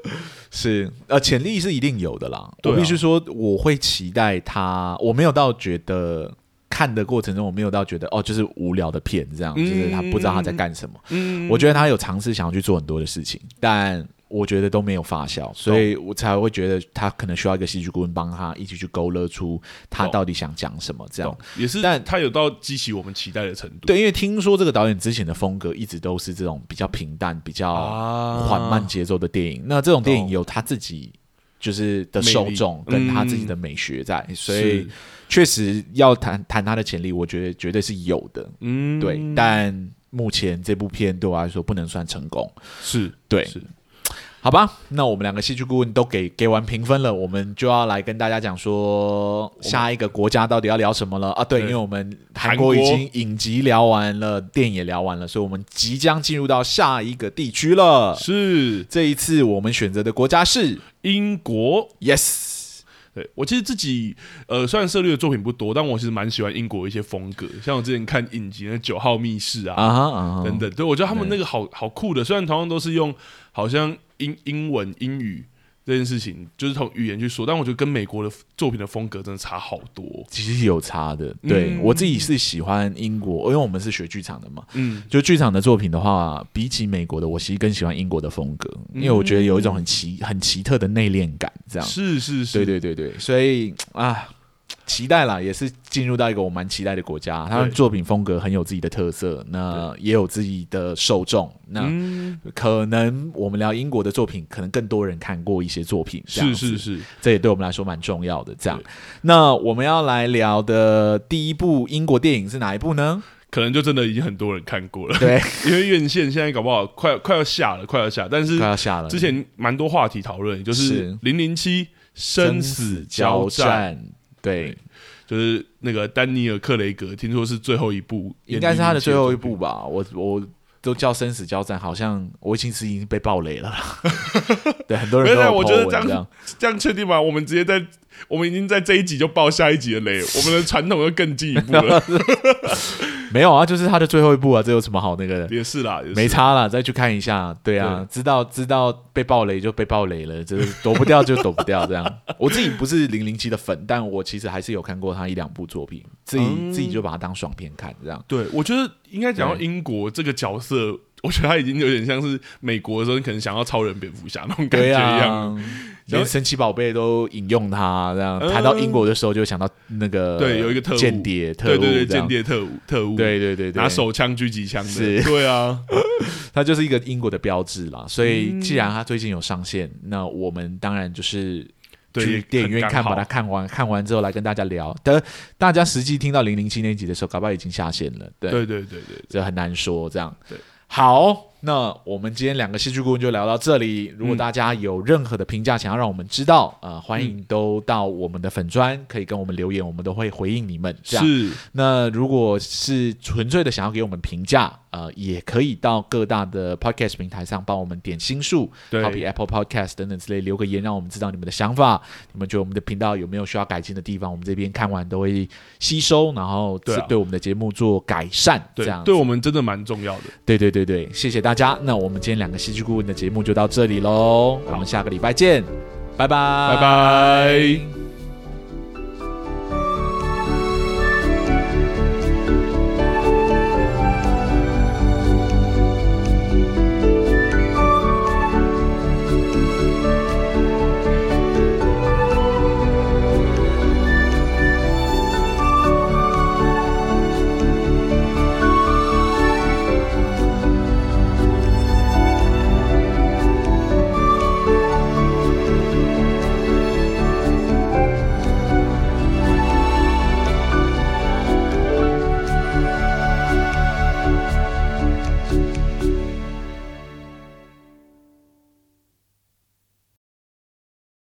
Speaker 2: 是，呃，潜力是一定有的啦。
Speaker 1: 对
Speaker 2: 我
Speaker 1: 啊
Speaker 2: 必须说，我会期待他，我没有到觉得看的过程中，我没有到觉得哦，就是无聊的片这样，
Speaker 1: 嗯
Speaker 2: 就是他不知道他在干什么。
Speaker 1: 嗯
Speaker 2: 我觉得他有尝试想要去做很多的事情，但我觉得都没有发酵，所以我才会觉得他可能需要一个戏剧顾问帮他一起去勾勒出他
Speaker 1: 懂
Speaker 2: 到底想讲什么这样
Speaker 1: 懂。也是，
Speaker 2: 但
Speaker 1: 他有到激起我们期待的程度。
Speaker 2: 对，因为听说这个导演之前的风格一直都是这种比较平淡、比较
Speaker 1: 啊
Speaker 2: 缓慢节奏的电影。那这种电影
Speaker 1: 懂
Speaker 2: 有他自己就是的
Speaker 1: 魅力
Speaker 2: 受众跟他自己的美学在，
Speaker 1: 嗯
Speaker 2: 所以确实要谈谈他的潜力，我觉得绝对是有的，
Speaker 1: 嗯
Speaker 2: 对。但目前这部片对我来说不能算成功，
Speaker 1: 是
Speaker 2: 对
Speaker 1: 是
Speaker 2: 好吧？那我们两个戏剧顾问都给给完评分了，我们就要来跟大家讲说下一个国家到底要聊什么了啊？对，
Speaker 1: 对
Speaker 2: 因为我们韩
Speaker 1: 韩
Speaker 2: 国
Speaker 1: 国
Speaker 2: 已经影集聊完了，电影也聊完了，所以我们即将进入到下一个地区了。
Speaker 1: 是
Speaker 2: 这一次我们选择的国家是
Speaker 1: 英国。
Speaker 2: Yes，
Speaker 1: 对我其实自己呃，虽然涉猎的作品不多，但我其实蛮喜欢英国一些风格，像我之前看影集的《九号密室》啊。
Speaker 2: 啊哈啊哈
Speaker 1: 等等，对我觉得他们那
Speaker 2: 对
Speaker 1: 个好好酷的，虽然同样都是用好像英英文、英语这件事情，就是从语言去说，但我觉得跟美国的作品的风格真的差好多。
Speaker 2: 其实有差的。对、
Speaker 1: 嗯
Speaker 2: 我自己是喜欢英国，因为我们是学剧场的嘛。
Speaker 1: 嗯，
Speaker 2: 就剧场的作品的话，比起美国的，我其实更喜欢英国的风格，因为我觉得有一种很奇、很奇特的内敛感，这样。
Speaker 1: 嗯是是是，
Speaker 2: 对对对对，所以啊，期待啦，也是进入到一个我蛮期待的国家，他们
Speaker 1: 对
Speaker 2: 作品风格很有自己的特色，那也有自己的受众，那。
Speaker 1: 嗯，
Speaker 2: 可能我们聊英国的作品，可能更多人看过一些作品，这样
Speaker 1: 是是
Speaker 2: 子
Speaker 1: 是，
Speaker 2: 这也对我们来说蛮重要的。这样
Speaker 1: 对，
Speaker 2: 那我们要来聊的第一部英国电影是哪一 部呢？
Speaker 1: 可能就真的已经很多人看过了，
Speaker 2: 对，
Speaker 1: 因为院线现在搞不好快快要下了，快要下，但是
Speaker 2: 快要下了，
Speaker 1: 之前蛮多话题讨论，也就是
Speaker 2: 嗯是
Speaker 1: 零零七生死交战，
Speaker 2: 战，对，
Speaker 1: 就是那个丹尼尔·克雷格，听说是最后一部，
Speaker 2: 应该是他的最后一部。吧？我我都叫生死交战，好像我已经是已经被爆雷了 啦。对，很多人都
Speaker 1: 没有
Speaker 2: 有
Speaker 1: 我
Speaker 2: po
Speaker 1: 觉得
Speaker 2: 文
Speaker 1: 这样
Speaker 2: 样，
Speaker 1: 这样确定吗？我们直接在我们已经在这一集就爆下一集的雷，我们的传统又更进一步 了。
Speaker 2: 没有啊，就是他的最后一部啊，这有什么好那个的？
Speaker 1: 也是啦，也是
Speaker 2: 没差啦，再去看一下。对啊，知道知道被爆雷就被爆雷了，就是躲不掉就躲不掉这样。 我自己不是零零七的粉，但我其实还是有看过他一两部作品，自己、
Speaker 1: 嗯
Speaker 2: 自己就把它当爽片看这样。
Speaker 1: 对，我觉得应该讲到英国这个角色，我觉得他已经有点像是美国的时候，你可能想要超人蝙蝠侠那种感觉
Speaker 2: 对
Speaker 1: 一
Speaker 2: 啊
Speaker 1: 样。，
Speaker 2: 连神奇宝贝都引用他，这样
Speaker 1: 嗯
Speaker 2: 谈到英国的时候就想到那个
Speaker 1: 对有一个特务
Speaker 2: 间谍特
Speaker 1: 对
Speaker 2: 务，
Speaker 1: 对对，
Speaker 2: 这
Speaker 1: 间，
Speaker 2: 样
Speaker 1: 谍特务特务，，
Speaker 2: 对对对对，
Speaker 1: 拿手枪、狙击枪
Speaker 2: 是
Speaker 1: 的，对啊，
Speaker 2: 它就是一个英国的标志啦。所以既然它最近有上线，那我们当然就是。
Speaker 1: 对
Speaker 2: 去
Speaker 1: 也
Speaker 2: 电影
Speaker 1: 很
Speaker 2: 院
Speaker 1: 刚
Speaker 2: 看，
Speaker 1: 好
Speaker 2: 把它看完，看完之后来跟大家聊。但大家实际听到零零七那集的时候，搞不好已经下线了。对，
Speaker 1: 对对对对，
Speaker 2: 这很难说。这样，
Speaker 1: 对，
Speaker 2: 好，那我们今天两个戏剧顾问就聊到这里。如果大家有任何的评价想要让我们知道，
Speaker 1: 嗯
Speaker 2: 呃，欢迎都到我们的粉砖，可以跟我们留言，我们都会回应你们。这样，
Speaker 1: 是
Speaker 2: 那如果是纯粹的想要给我们评价，呃，也可以到各大的 podcast 平台上帮我们点星数，
Speaker 1: 对
Speaker 2: 好比 Apple Podcast 等等之类留个言，让我们知道你们的想法，你们觉得我们的频道有没有需要改进的地方？我们这边看完都会吸收，然后
Speaker 1: 对啊
Speaker 2: 对我们的节目做改善。这
Speaker 1: 对
Speaker 2: 样，
Speaker 1: 对我们真的蛮重要的。
Speaker 2: 对对对对，谢谢大家。那我们今天两个戏剧顾问的节目就到这里喽，我们下个礼拜见，拜拜，
Speaker 1: 拜拜。